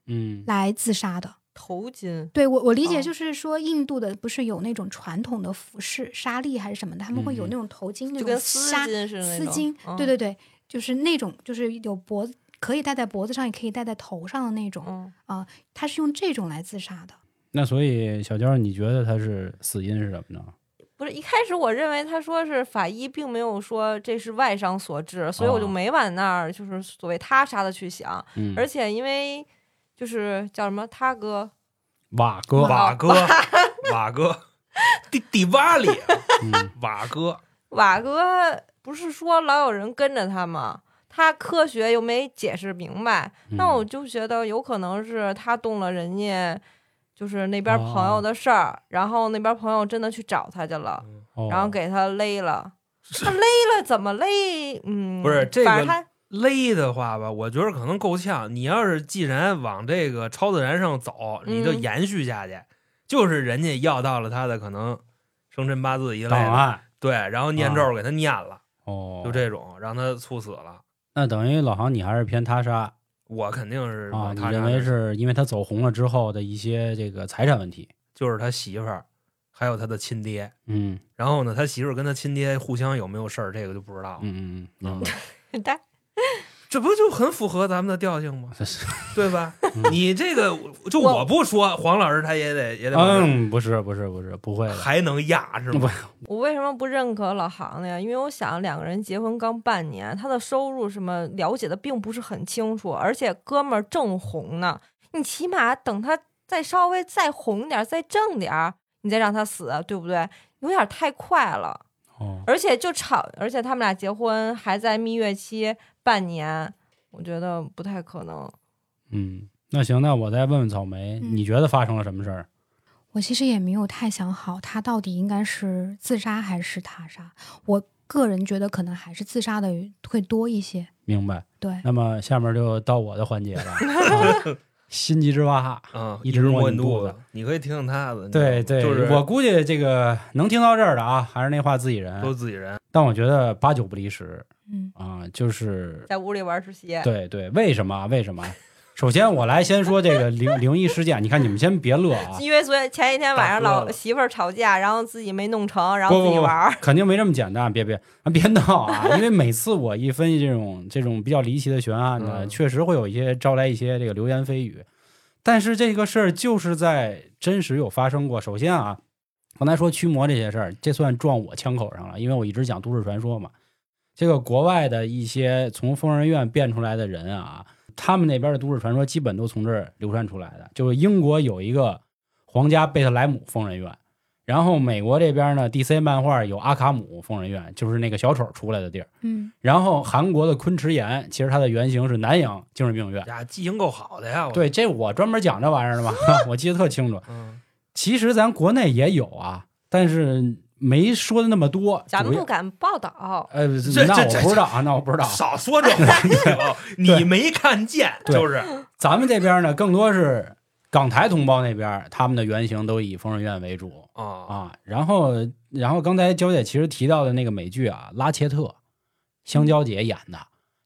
Speaker 4: 嗯
Speaker 3: 来自杀的。
Speaker 5: 头巾，
Speaker 3: 对我我理解
Speaker 5: 哦
Speaker 3: 就是说，印度的不是有那种传统的服饰纱丽还是什么的，他们会有那种头巾，
Speaker 5: 嗯
Speaker 3: 那
Speaker 5: 就
Speaker 3: 种
Speaker 5: 跟丝
Speaker 3: 纱
Speaker 5: 巾似的那
Speaker 3: 丝
Speaker 5: 种
Speaker 3: 巾，
Speaker 5: 嗯
Speaker 3: 对对对，就是那种就是有脖子可以戴在脖子上，也可以戴在头上的那种。
Speaker 5: 嗯，
Speaker 3: 他是用这种来自杀的。
Speaker 4: 那所以小娇，你觉得他是死因是什么呢？
Speaker 5: 不是一开始我认为他说是法医，并没有说这是外伤所致，所以我就
Speaker 4: 哦
Speaker 5: 没往那儿就是所谓他杀的去想，
Speaker 4: 嗯，
Speaker 5: 而且因为就是叫什么他哥，
Speaker 4: 瓦哥，
Speaker 6: 瓦哥，瓦哥，迪迪瓦里，
Speaker 4: 嗯
Speaker 6: 瓦哥，
Speaker 5: 瓦哥不是说老有人跟着他吗？他科学又没解释明白，那
Speaker 6: 嗯
Speaker 5: 我就觉得有可能是他动了人家就是那边朋
Speaker 6: 哦
Speaker 5: 友的事儿，然后那边朋友真的去找他去了，
Speaker 4: 哦
Speaker 5: 然后给他勒 了。他勒了怎么勒？嗯，
Speaker 6: 不是这个
Speaker 5: 反正他
Speaker 6: 勒的话吧，我觉得可能够呛。你要是既然往这个超自然上走，你就
Speaker 5: 嗯
Speaker 6: 延续下去，就是人家要到了他的可能生辰八字一类
Speaker 4: 档
Speaker 6: 的，
Speaker 4: 案
Speaker 6: 对，然后念咒给他念了，
Speaker 4: 哦，
Speaker 6: 就。这种让他猝死了。
Speaker 4: 那等于老航，你还是偏他杀
Speaker 6: 我肯定是
Speaker 4: 啊？
Speaker 6: 往
Speaker 4: 你
Speaker 6: 他
Speaker 4: 认
Speaker 6: 那
Speaker 4: 为
Speaker 6: 儿
Speaker 4: 是因为他走红了之后的一些这个财产问题？
Speaker 6: 就是他媳妇儿，还有他的亲爹。
Speaker 4: 嗯
Speaker 6: 然后呢，他媳妇儿跟他亲爹互相有没有事儿，这个就不知道了。
Speaker 4: 嗯嗯 嗯，明白。
Speaker 5: 他
Speaker 6: 这不就很符合咱们的调性吗？对吧？
Speaker 4: 嗯
Speaker 6: 你这个就
Speaker 5: 我
Speaker 6: 我不说，黄老师他也得也得往这儿，
Speaker 4: 嗯，不是不是不是，不会的。
Speaker 6: 还能压是吗？
Speaker 5: 我为什么不认可老航呢？因为我想两个人结婚刚半年，他的收入什么了解的并不是很清楚，而且哥们儿正红呢，你起码等他再稍微再红点儿，再挣点儿，你再让他死，啊对不对？有点太快了，
Speaker 4: 哦，
Speaker 5: 而且就吵，而且他们俩结婚还在蜜月期半年，我觉得不太可能。
Speaker 4: 嗯，那行，那我再问问草莓，
Speaker 3: 嗯
Speaker 4: 你觉得发生了什么事儿？
Speaker 3: 我其实也没有太想好，他到底应该是自杀还是他杀。我个人觉得可能还是自杀的会多一些。
Speaker 4: 明白。
Speaker 3: 对，
Speaker 4: 那么下面就到我的环节了，啊心急之 蛙。
Speaker 6: 嗯，
Speaker 4: 一
Speaker 6: 一
Speaker 4: 直摸
Speaker 6: 你
Speaker 4: 你肚
Speaker 6: 肚
Speaker 4: 子，
Speaker 6: 你可以听听他的。
Speaker 4: 对
Speaker 6: 你知
Speaker 4: 对，
Speaker 6: 道吗就是
Speaker 4: 我估计这个能听到这儿的啊，还是那话自己
Speaker 6: 都
Speaker 4: 人。
Speaker 6: 自己人，
Speaker 4: 但我觉得八九不离十
Speaker 3: 嗯
Speaker 4: 啊、就是
Speaker 5: 在屋里玩儿是邪，
Speaker 4: 对对，为什么啊？为什么啊？首先我来先说这个灵灵异事件，你看你们先别乐 啊，
Speaker 5: 因为昨天前一天晚上
Speaker 6: 大哥
Speaker 5: 老
Speaker 6: 了
Speaker 5: 媳妇儿吵架，然后自己没弄成，然
Speaker 4: 不
Speaker 5: 后自
Speaker 4: 不
Speaker 5: 己
Speaker 4: 不
Speaker 5: 玩儿。
Speaker 4: 肯定没这么简单，别别啊别闹啊！因为每次我一分析这种这种比较离奇的悬案呢，
Speaker 6: 嗯
Speaker 4: 确实会有一些招来一些这个流言蜚语。但是这个事儿就是在真实有发生过。首先啊，刚才说驱魔这些事儿，这算撞我枪口上了，因为我一直讲都市传说嘛。这个国外的一些从疯人院变出来的人啊，他们那边的都市传说基本都从这儿流传出来的。就是英国有一个皇家贝特莱姆疯人院，然后美国这边呢，DC 漫画有阿卡姆疯人院，就是那个小丑出来的地儿。
Speaker 3: 嗯，
Speaker 4: 然后韩国的昆池岩，其实它的原型是南洋精神病院。
Speaker 6: 呀，记性够好的呀。我，
Speaker 4: 对，这我专门讲这玩意儿的嘛，我记得特清楚。
Speaker 6: 嗯，
Speaker 4: 其实咱国内也有啊，但是没说的那么多。
Speaker 5: 咱们
Speaker 4: 主
Speaker 5: 不
Speaker 4: 要
Speaker 5: 敢报道，
Speaker 4: 呃，
Speaker 6: 这
Speaker 4: 那
Speaker 6: 这
Speaker 4: 我
Speaker 6: 这
Speaker 4: 不知道啊，那我不知道。
Speaker 6: 少说这话题 吧，
Speaker 4: 对
Speaker 6: 你没看见
Speaker 4: 对
Speaker 6: 就是
Speaker 4: 咱们这边呢，更多是港台同胞那边，他们的原型都以疯人院为主
Speaker 6: 啊
Speaker 4: 啊。然后，然后刚才娇姐其实提到的那个美剧啊，《拉切特》，香蕉姐演的，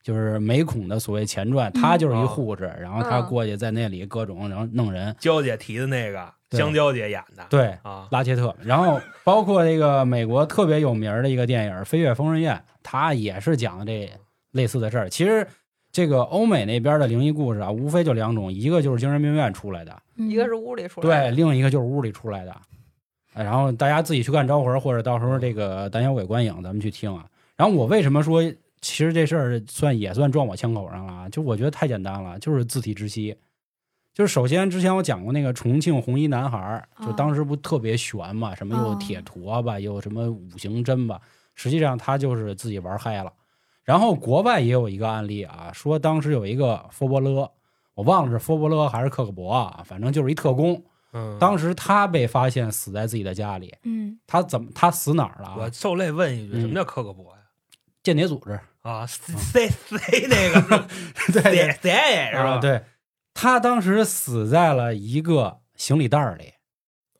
Speaker 4: 就是美恐的所谓前传，她就是一护士，然后她
Speaker 5: 嗯
Speaker 4: 过去在那里各种然后弄人。
Speaker 6: 娇姐提的那个
Speaker 4: 对
Speaker 6: 香蕉姐演的
Speaker 4: 对，
Speaker 6: 啊，
Speaker 4: 拉切特，然后包括这个美国特别有名儿的一个电影《飞越疯人院》，它也是讲的这类似的事儿。其实这个欧美那边的灵异故事啊，无非就两种，一个就是精神病院出来的，
Speaker 5: 一
Speaker 3: 嗯
Speaker 5: 个是屋里出来
Speaker 4: 嗯对，
Speaker 5: 的，
Speaker 4: 另一个就是屋里出来的。呃然后大家自己去干招魂儿，或者到时候这个胆小鬼观影，咱们去听啊。然后我为什么说，其实这事儿算也算撞我枪口上了啊？就我觉得太简单了，就是自体窒息。就是首先之前我讲过那个重庆红衣男孩儿，就
Speaker 5: 啊
Speaker 3: 哦
Speaker 4: 当时不特别悬嘛，什么又
Speaker 3: 哦
Speaker 4: 铁坨吧，又什么五行针吧，实际上他就是自己玩嗨了。然后国外也有一个案例啊，说当时有一个佛伯勒，我忘了是佛伯勒还是克格勃啊，反正就是一特工。
Speaker 6: 嗯，
Speaker 4: 当时他被发现死在自己的家里，
Speaker 3: 嗯，
Speaker 4: 他怎么他死哪儿了啊、
Speaker 6: 我受累问一句，
Speaker 4: 嗯
Speaker 6: 什么叫科克勃呀？
Speaker 4: 间谍组 织，
Speaker 6: 啊，谁谁那个
Speaker 4: 对
Speaker 6: 谁谁是
Speaker 4: 啊
Speaker 6: 吧？
Speaker 4: 对，他当时死在了一个行李袋儿里。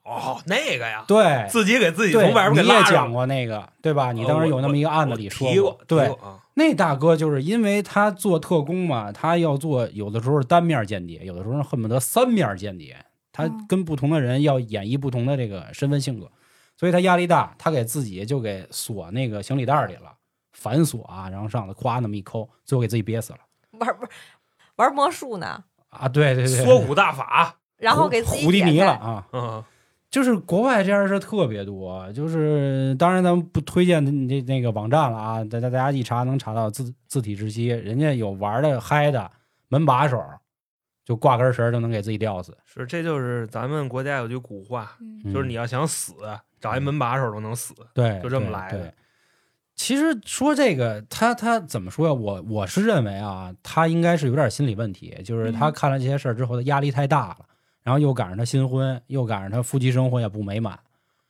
Speaker 6: 哦，那个呀，
Speaker 4: 对，
Speaker 6: 自己给自己
Speaker 4: 对，
Speaker 6: 从外边给
Speaker 4: 你也
Speaker 6: 拉
Speaker 4: 讲
Speaker 6: 上。
Speaker 4: 过那个，对吧？你
Speaker 6: 呃
Speaker 4: 当时
Speaker 6: 我
Speaker 4: 有那么一个案子里
Speaker 6: 我
Speaker 4: 说
Speaker 6: 提过，
Speaker 4: 对
Speaker 6: 提，过啊
Speaker 4: 那大哥就是因为他做特工嘛，他要做有的时候是单面间谍，有的时候恨不得三面间谍，他
Speaker 3: 哦
Speaker 4: 跟不同的人要演绎不同的这个身份性格，所以他压力大，他给自己就给锁那个行李袋里了，反锁啊，然后上来咵那么一抠，最后给自己憋死了
Speaker 5: 玩玩玩魔术呢，
Speaker 4: 啊！对对对，
Speaker 6: 缩骨大法，
Speaker 5: 然后给自己
Speaker 4: 胡迪
Speaker 5: 解
Speaker 4: 尼
Speaker 5: 开
Speaker 4: 了啊！
Speaker 6: 嗯，
Speaker 4: 就是国外这样的事特别多，就是当然咱们不推荐你这那个网站了啊，大家大家一查能查到字字体窒息，人家有玩的嗨的门把手，就挂根绳儿就能给自己吊死，
Speaker 6: 是，这就是咱们国家有句古话，
Speaker 3: 嗯
Speaker 4: 嗯
Speaker 6: 就是你要想死，找一门把手都能死。
Speaker 4: 对，
Speaker 6: 就这么
Speaker 4: 对
Speaker 6: 来的
Speaker 4: 对其实说这个，他他怎么说呀？我我是认为啊，他应该是有点心理问题，就是他
Speaker 3: 嗯
Speaker 4: 看了这些事儿之后，他压力太大了，然后又赶上他新婚，又赶上他夫妻生活也不美满，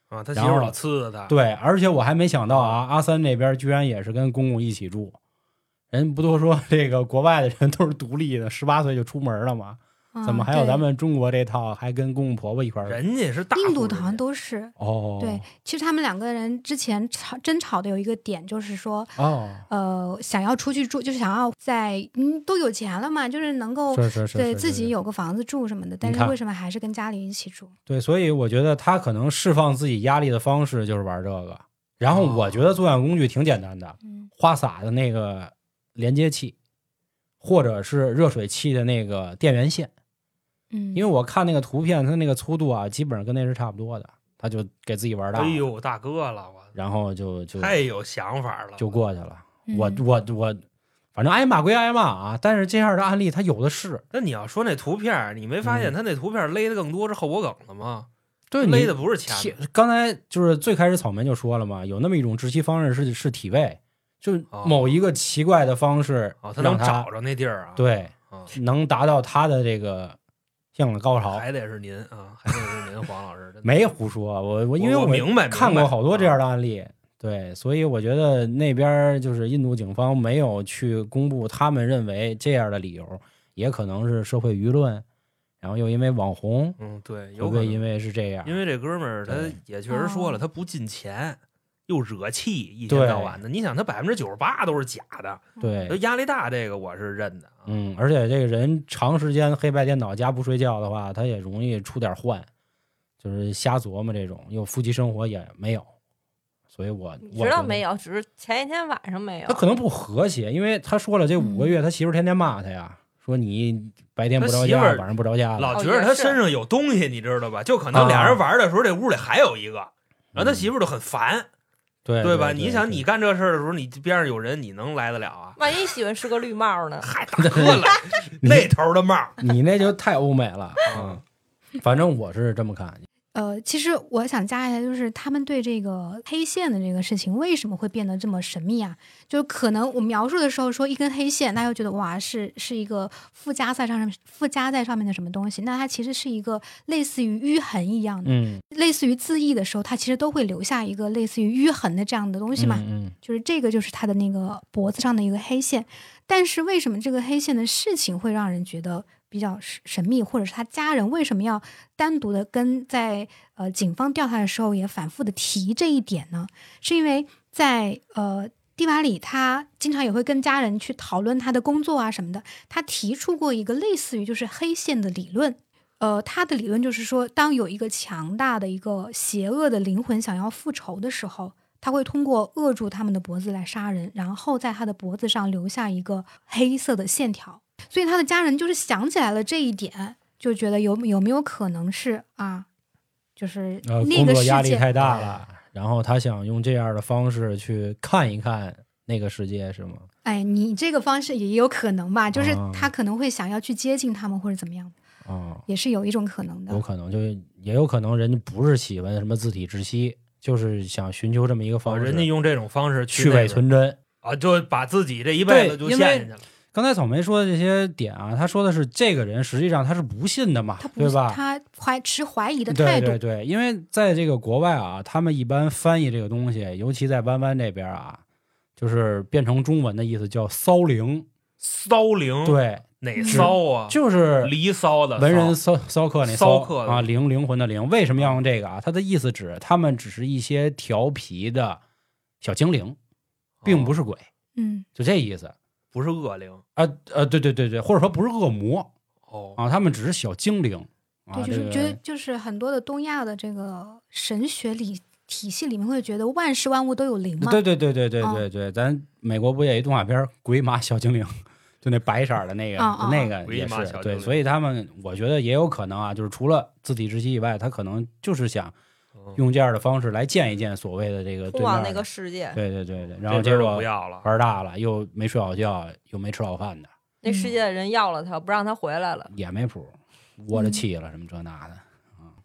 Speaker 6: 啊，他媳
Speaker 4: 然
Speaker 6: 妇儿
Speaker 4: 后
Speaker 6: 老呲着他，
Speaker 4: 对，而且我还没想到啊，阿三这边居然也是跟公公一起住。人不都说这个国外的人都是独立的，十八岁就出门了吗？嗯怎么还
Speaker 3: 嗯
Speaker 4: 有
Speaker 3: 啊对
Speaker 4: 咱们中国这套还跟公公婆婆一块儿？
Speaker 6: 人家是大
Speaker 3: 印
Speaker 6: 户
Speaker 3: 度
Speaker 6: 人
Speaker 3: 好像
Speaker 6: 家
Speaker 3: 都是？
Speaker 4: 哦，
Speaker 3: 对，其实他们两个人之前吵争吵的有一个点就是说，
Speaker 4: 哦，
Speaker 3: 呃，想要出去住，就是想要在嗯都有钱了嘛，就是能够
Speaker 4: 是是是，
Speaker 3: 对
Speaker 4: 是
Speaker 3: 自
Speaker 4: 是
Speaker 3: 己有个房子住什么的，但是
Speaker 4: 看
Speaker 3: 为什么还是跟家里一起住？
Speaker 4: 对，所以我觉得他可能释放自己压力的方式就是玩这个。然后
Speaker 6: 哦
Speaker 4: 我觉得作案工具挺简单的，
Speaker 3: 嗯
Speaker 4: 花洒的那个连接器，或者是热水器的那个电源线。
Speaker 3: 嗯，
Speaker 4: 因为我看那个图片，它那个粗度啊，基本上跟那是差不多的。他就给自己玩大了，
Speaker 6: 哎呦，大哥了，我
Speaker 4: 然后就就
Speaker 6: 太有想法了，
Speaker 4: 就过去了。
Speaker 3: 嗯
Speaker 4: 我我我，反正挨骂归挨骂啊，但是这样的案例他有的是。
Speaker 6: 那你要说那图片儿，你没发
Speaker 4: 嗯
Speaker 6: 现他那图片儿勒的更多是后脖梗了吗？
Speaker 4: 对
Speaker 6: 勒
Speaker 4: 你
Speaker 6: 的不是
Speaker 4: 体
Speaker 6: 前面，
Speaker 4: 刚才就是最开始草莓就说了嘛，有那么一种窒息方式是是体位，就是
Speaker 6: 哦
Speaker 4: 某一个奇怪的方式
Speaker 6: 哦，他
Speaker 4: 让
Speaker 6: 能
Speaker 4: 他
Speaker 6: 找着那地儿啊。
Speaker 4: 对
Speaker 6: 啊，
Speaker 4: 能达到他的这个性的高潮。
Speaker 6: 还得是您啊，还得是您黄老师。真的
Speaker 4: 没胡说，我我因为
Speaker 6: 我明白，啊
Speaker 4: 看
Speaker 6: 明
Speaker 4: 过
Speaker 6: 白
Speaker 4: 好多这样的案例，对，所以我觉得那边儿就是印度警方没有去公布他们认为这样的理由，也可能是社会舆论，然后又因为网红，
Speaker 6: 嗯，对，
Speaker 4: 会
Speaker 6: 有
Speaker 4: 不
Speaker 6: 可
Speaker 4: 会
Speaker 6: 能
Speaker 4: 因为是这样？
Speaker 6: 因为这哥们儿他
Speaker 4: 对
Speaker 6: 也确实说了，
Speaker 3: 哦
Speaker 6: 他不进钱。又惹气，一天到晚的。你想，他百分之九十八都是假的，他
Speaker 4: 对，
Speaker 6: 压力大，这个我是认的啊。
Speaker 4: 嗯，而且这个人长时间黑白颠倒加不睡觉的话，他也容易出点患，就是瞎琢磨这种，又夫妻生活也没有，所以我
Speaker 5: 你
Speaker 4: 我
Speaker 5: 知道
Speaker 4: 觉得
Speaker 5: 没有？只是前一天晚上没有。
Speaker 4: 他可能不和谐，因为他说了这五个
Speaker 3: 嗯
Speaker 4: 月，他媳妇儿天天骂他呀，说你白天不着家，
Speaker 6: 他媳妇儿
Speaker 4: 晚上不着家的。
Speaker 6: 老
Speaker 5: 哦
Speaker 6: 觉得他
Speaker 5: 也是
Speaker 6: 身上有东西，你知道吧？就可
Speaker 4: 啊
Speaker 6: 能俩人玩的时候，这屋里还有一个，然后他媳妇儿就很烦，
Speaker 4: 嗯对
Speaker 6: 对
Speaker 4: 对
Speaker 6: 吧？你想，你干这事儿的时候，你边上有人，你能来得了 啊？
Speaker 5: 万一喜欢是个绿帽呢？
Speaker 6: 嗨，大哥了，那头的帽儿
Speaker 4: 对你那就太欧美了
Speaker 6: 啊
Speaker 4: 啊！反正我是这么看，
Speaker 3: 呃，其实我想加一下，就是他们对这个黑线的这个事情为什么会变得这么神秘啊？就是可能我描述的时候说一根黑线，大家会觉得哇是是一个附加在上面附加在上面的什么东西，那它其实是一个类似于淤痕一样的，
Speaker 4: 嗯，
Speaker 3: 类似于字义的时候，它其实都会留下一个类似于淤痕的这样的东西嘛。
Speaker 4: 嗯
Speaker 3: 就是这个就是他的那个脖子上的一个黑线。但是为什么这个黑线的事情会让人觉得比较神神秘，或者是他家人为什么要单独的跟在呃警方调查的时候也反复的提这一点呢？是因为在呃。蒂瓦里他经常也会跟家人去讨论他的工作啊什么的。他提出过一个类似于就是黑线的理论，呃，他的理论就是说，当有一个强大的一个邪恶的灵魂想要复仇的时候，他会通过扼住他们的脖子来杀人，然后在他的脖子上留下一个黑色的线条。所以他的家人就是想起来了这一点，就觉得有有没有可能是啊，就是
Speaker 4: 呃，
Speaker 3: 嗯那
Speaker 4: 工
Speaker 3: 个
Speaker 4: 作
Speaker 3: 事
Speaker 4: 压力
Speaker 3: 件、
Speaker 4: 太大了，然后他想用这样的方式去看一看那个世界，是吗？
Speaker 3: 哎，你这个方式也有可能吧，就是
Speaker 4: 啊
Speaker 3: 他可能会想要去接近他们或者怎么样，
Speaker 4: 啊，
Speaker 3: 也是有一种可能的
Speaker 4: 有。可能，就是也有可能人家不是喜欢什么字体窒息，就是想寻求这么一个
Speaker 6: 哦
Speaker 4: 方式，
Speaker 6: 人家用这种方式去
Speaker 4: 去伪
Speaker 6: 那个
Speaker 4: 存真。
Speaker 6: 啊，就把自己这一辈子就
Speaker 4: 对因为
Speaker 6: 陷进去了。
Speaker 4: 刚才草莓说的这些点啊，他说的是这个人实际上他是不信的嘛，
Speaker 3: 他不
Speaker 4: 对
Speaker 3: 是
Speaker 4: 吧？
Speaker 3: 他怀持怀疑的态度，
Speaker 4: 对对对，因为在这个国外啊，他们一般翻译这个东西，尤其在湾湾这边啊，就是变成中文的意思叫骚灵，
Speaker 6: 骚灵，，
Speaker 4: 对，
Speaker 6: 哪骚嗯啊？
Speaker 4: 就是
Speaker 6: 离骚啊的
Speaker 4: 文人
Speaker 6: 骚
Speaker 4: 骚骚客那
Speaker 6: 骚客
Speaker 4: 啊，灵灵魂的灵。为什么要用这个啊？他的意思指他们只是一些调皮的小精灵，并不
Speaker 6: 哦
Speaker 4: 是鬼，
Speaker 3: 嗯，
Speaker 4: 就这意思。
Speaker 6: 不是恶灵
Speaker 4: 啊呃，对对对对，或者说不是恶魔
Speaker 6: 哦。
Speaker 4: 啊，他们只是小精灵啊，
Speaker 3: 对，就
Speaker 4: 这
Speaker 3: 是
Speaker 4: 个
Speaker 3: 觉得就是很多的东亚的这个神学里体系里面会觉得万事万物都有灵嘛，
Speaker 4: 对对对对对
Speaker 3: 啊
Speaker 4: 对对，咱美国不也一动画片儿《鬼马小精灵》， 就那白色儿的那个，
Speaker 3: 啊啊啊
Speaker 4: 那个也
Speaker 6: 鬼马
Speaker 4: 是
Speaker 6: 小精
Speaker 4: 对，
Speaker 6: 灵
Speaker 4: 所以他们我觉得也有可能啊，就是除了自体窒息以外，他可能就是想
Speaker 6: 嗯
Speaker 4: 用这样的方式来见一见所谓的这个对
Speaker 5: 通
Speaker 4: 面
Speaker 5: 往
Speaker 4: 儿
Speaker 5: 那个
Speaker 4: 的
Speaker 5: 世界，
Speaker 4: 对对对对，然后
Speaker 6: 这
Speaker 4: 结
Speaker 6: 边就
Speaker 4: 果
Speaker 6: 不要了，
Speaker 4: 玩大了，又没睡好觉，又没吃好饭的，
Speaker 5: 那
Speaker 4: 嗯
Speaker 5: 世界的人要了他，不让他回来了。
Speaker 4: 也没谱，
Speaker 3: 嗯
Speaker 4: 窝着气了什么这那的，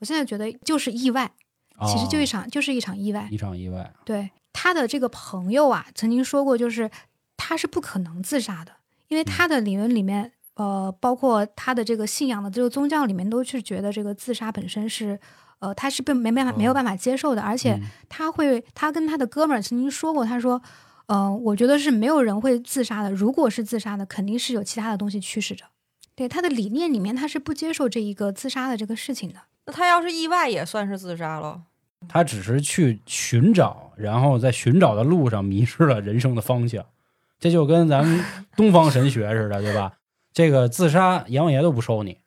Speaker 3: 我现在觉得就是意外，
Speaker 4: 啊
Speaker 3: 其实就一场、就是一场意外。
Speaker 4: 一场意外，
Speaker 3: 对他的这个朋友啊，曾经说过，就是他是不可能自杀的，因为他的理论里面，呃，包括他的这个信仰的这个宗教里面，都是觉得这个自杀本身是，呃，他是被没办法没有办法接受的，而且
Speaker 4: 嗯
Speaker 3: 他会，他跟他的哥们儿曾经说过，他说，呃，我觉得是没有人会自杀的，如果是自杀的，肯定是有其他的东西驱使着。对他的理念里面，他是不接受这一个自杀的这个事情的。
Speaker 5: 那他要是意外也算是自杀喽？
Speaker 4: 他只是去寻找，然后在寻找的路上迷失了人生的方向。这就跟咱们东方神学似的，对吧？ 这个自杀，阎王爷都不收你，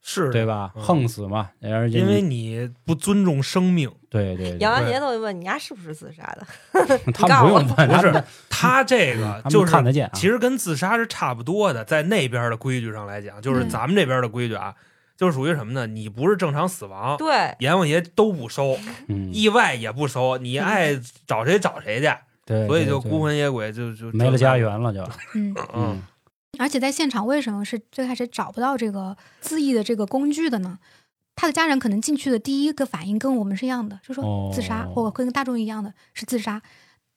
Speaker 6: 是
Speaker 4: 对？吧？
Speaker 6: 嗯
Speaker 4: 横死嘛，然后
Speaker 6: 因为
Speaker 4: 你
Speaker 6: 你不尊重生 命，
Speaker 4: 对对，对
Speaker 5: 杨安杰都会问你丫是不是自杀的？
Speaker 4: 他
Speaker 5: 告
Speaker 4: 们
Speaker 5: 诉
Speaker 4: 不
Speaker 5: 我
Speaker 4: 用问，
Speaker 6: 不
Speaker 4: 他
Speaker 6: 是
Speaker 4: 们
Speaker 6: 他这
Speaker 4: 他
Speaker 6: 个
Speaker 4: 们
Speaker 6: 就是
Speaker 4: 看得见啊。
Speaker 6: 其实跟自杀是差不多的，在那边的规矩上来讲，就是
Speaker 3: 嗯
Speaker 6: 咱们这边的规矩啊，就是属于什么呢？你不是正常死亡，
Speaker 5: 对，
Speaker 6: 阎王爷都不收，
Speaker 4: 嗯，
Speaker 6: 意外也不收，你爱找谁找谁去，
Speaker 4: 对，
Speaker 6: 所以
Speaker 4: 对
Speaker 6: 就
Speaker 4: 对
Speaker 6: 孤魂野鬼，就就
Speaker 4: 没了家。园了，就
Speaker 3: 嗯，
Speaker 6: 就嗯
Speaker 4: 嗯，
Speaker 3: 而且在现场为什么是最开始找不到这个自缢的这个工具的呢？他的家人可能进去的第一个反应跟我们是一样的，就
Speaker 4: 哦
Speaker 3: 说自杀，或者跟大众一样的是自杀。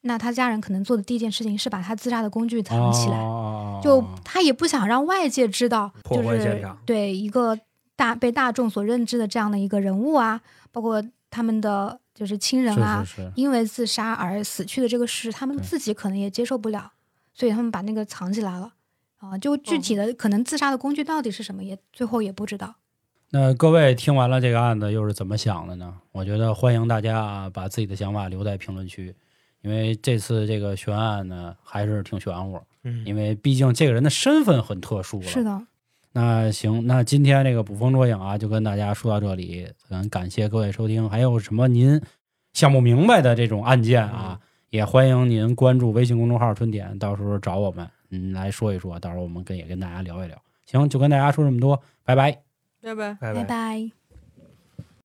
Speaker 3: 那他家人可能做的第一件事情是把他自杀的工具藏起
Speaker 4: 哦
Speaker 3: 来，
Speaker 4: 来
Speaker 3: 就他也不想让外界知道，
Speaker 6: 破
Speaker 3: 就
Speaker 6: 坏现
Speaker 3: 是
Speaker 6: 场
Speaker 3: 对一个大被大众所认知的这样的一个人物啊，包括他们的就是亲人
Speaker 4: 是
Speaker 3: 啊，
Speaker 4: 是是，
Speaker 3: 因为自杀而死去的这个事，他们
Speaker 4: 对
Speaker 3: 自己可能也接受不了，所以他们把那个藏起来了。啊，就具体的、可能自杀的工具到底是什么，也最后也不知道。
Speaker 4: 那各位听完了这个案子又是怎么想的呢？我觉得欢迎大家啊把自己的想法留在评论区，因为这次这个悬案呢还是挺玄乎，
Speaker 6: 嗯，
Speaker 4: 因为毕竟这个人的身份很特殊了。
Speaker 3: 是。的，
Speaker 4: 那行，那今天这个捕风捉影啊，就跟大家说到这里，嗯，感谢各位收听。还有什么您想不明白的这种案件啊，
Speaker 3: 嗯
Speaker 4: 也欢迎您关注微信公众号“春点”，到时候找我们，嗯，来说一说，到时候我们跟也跟大家聊一聊。行，就跟大家说这么多，拜拜。
Speaker 5: 对不对？
Speaker 6: 拜拜
Speaker 3: 拜。拜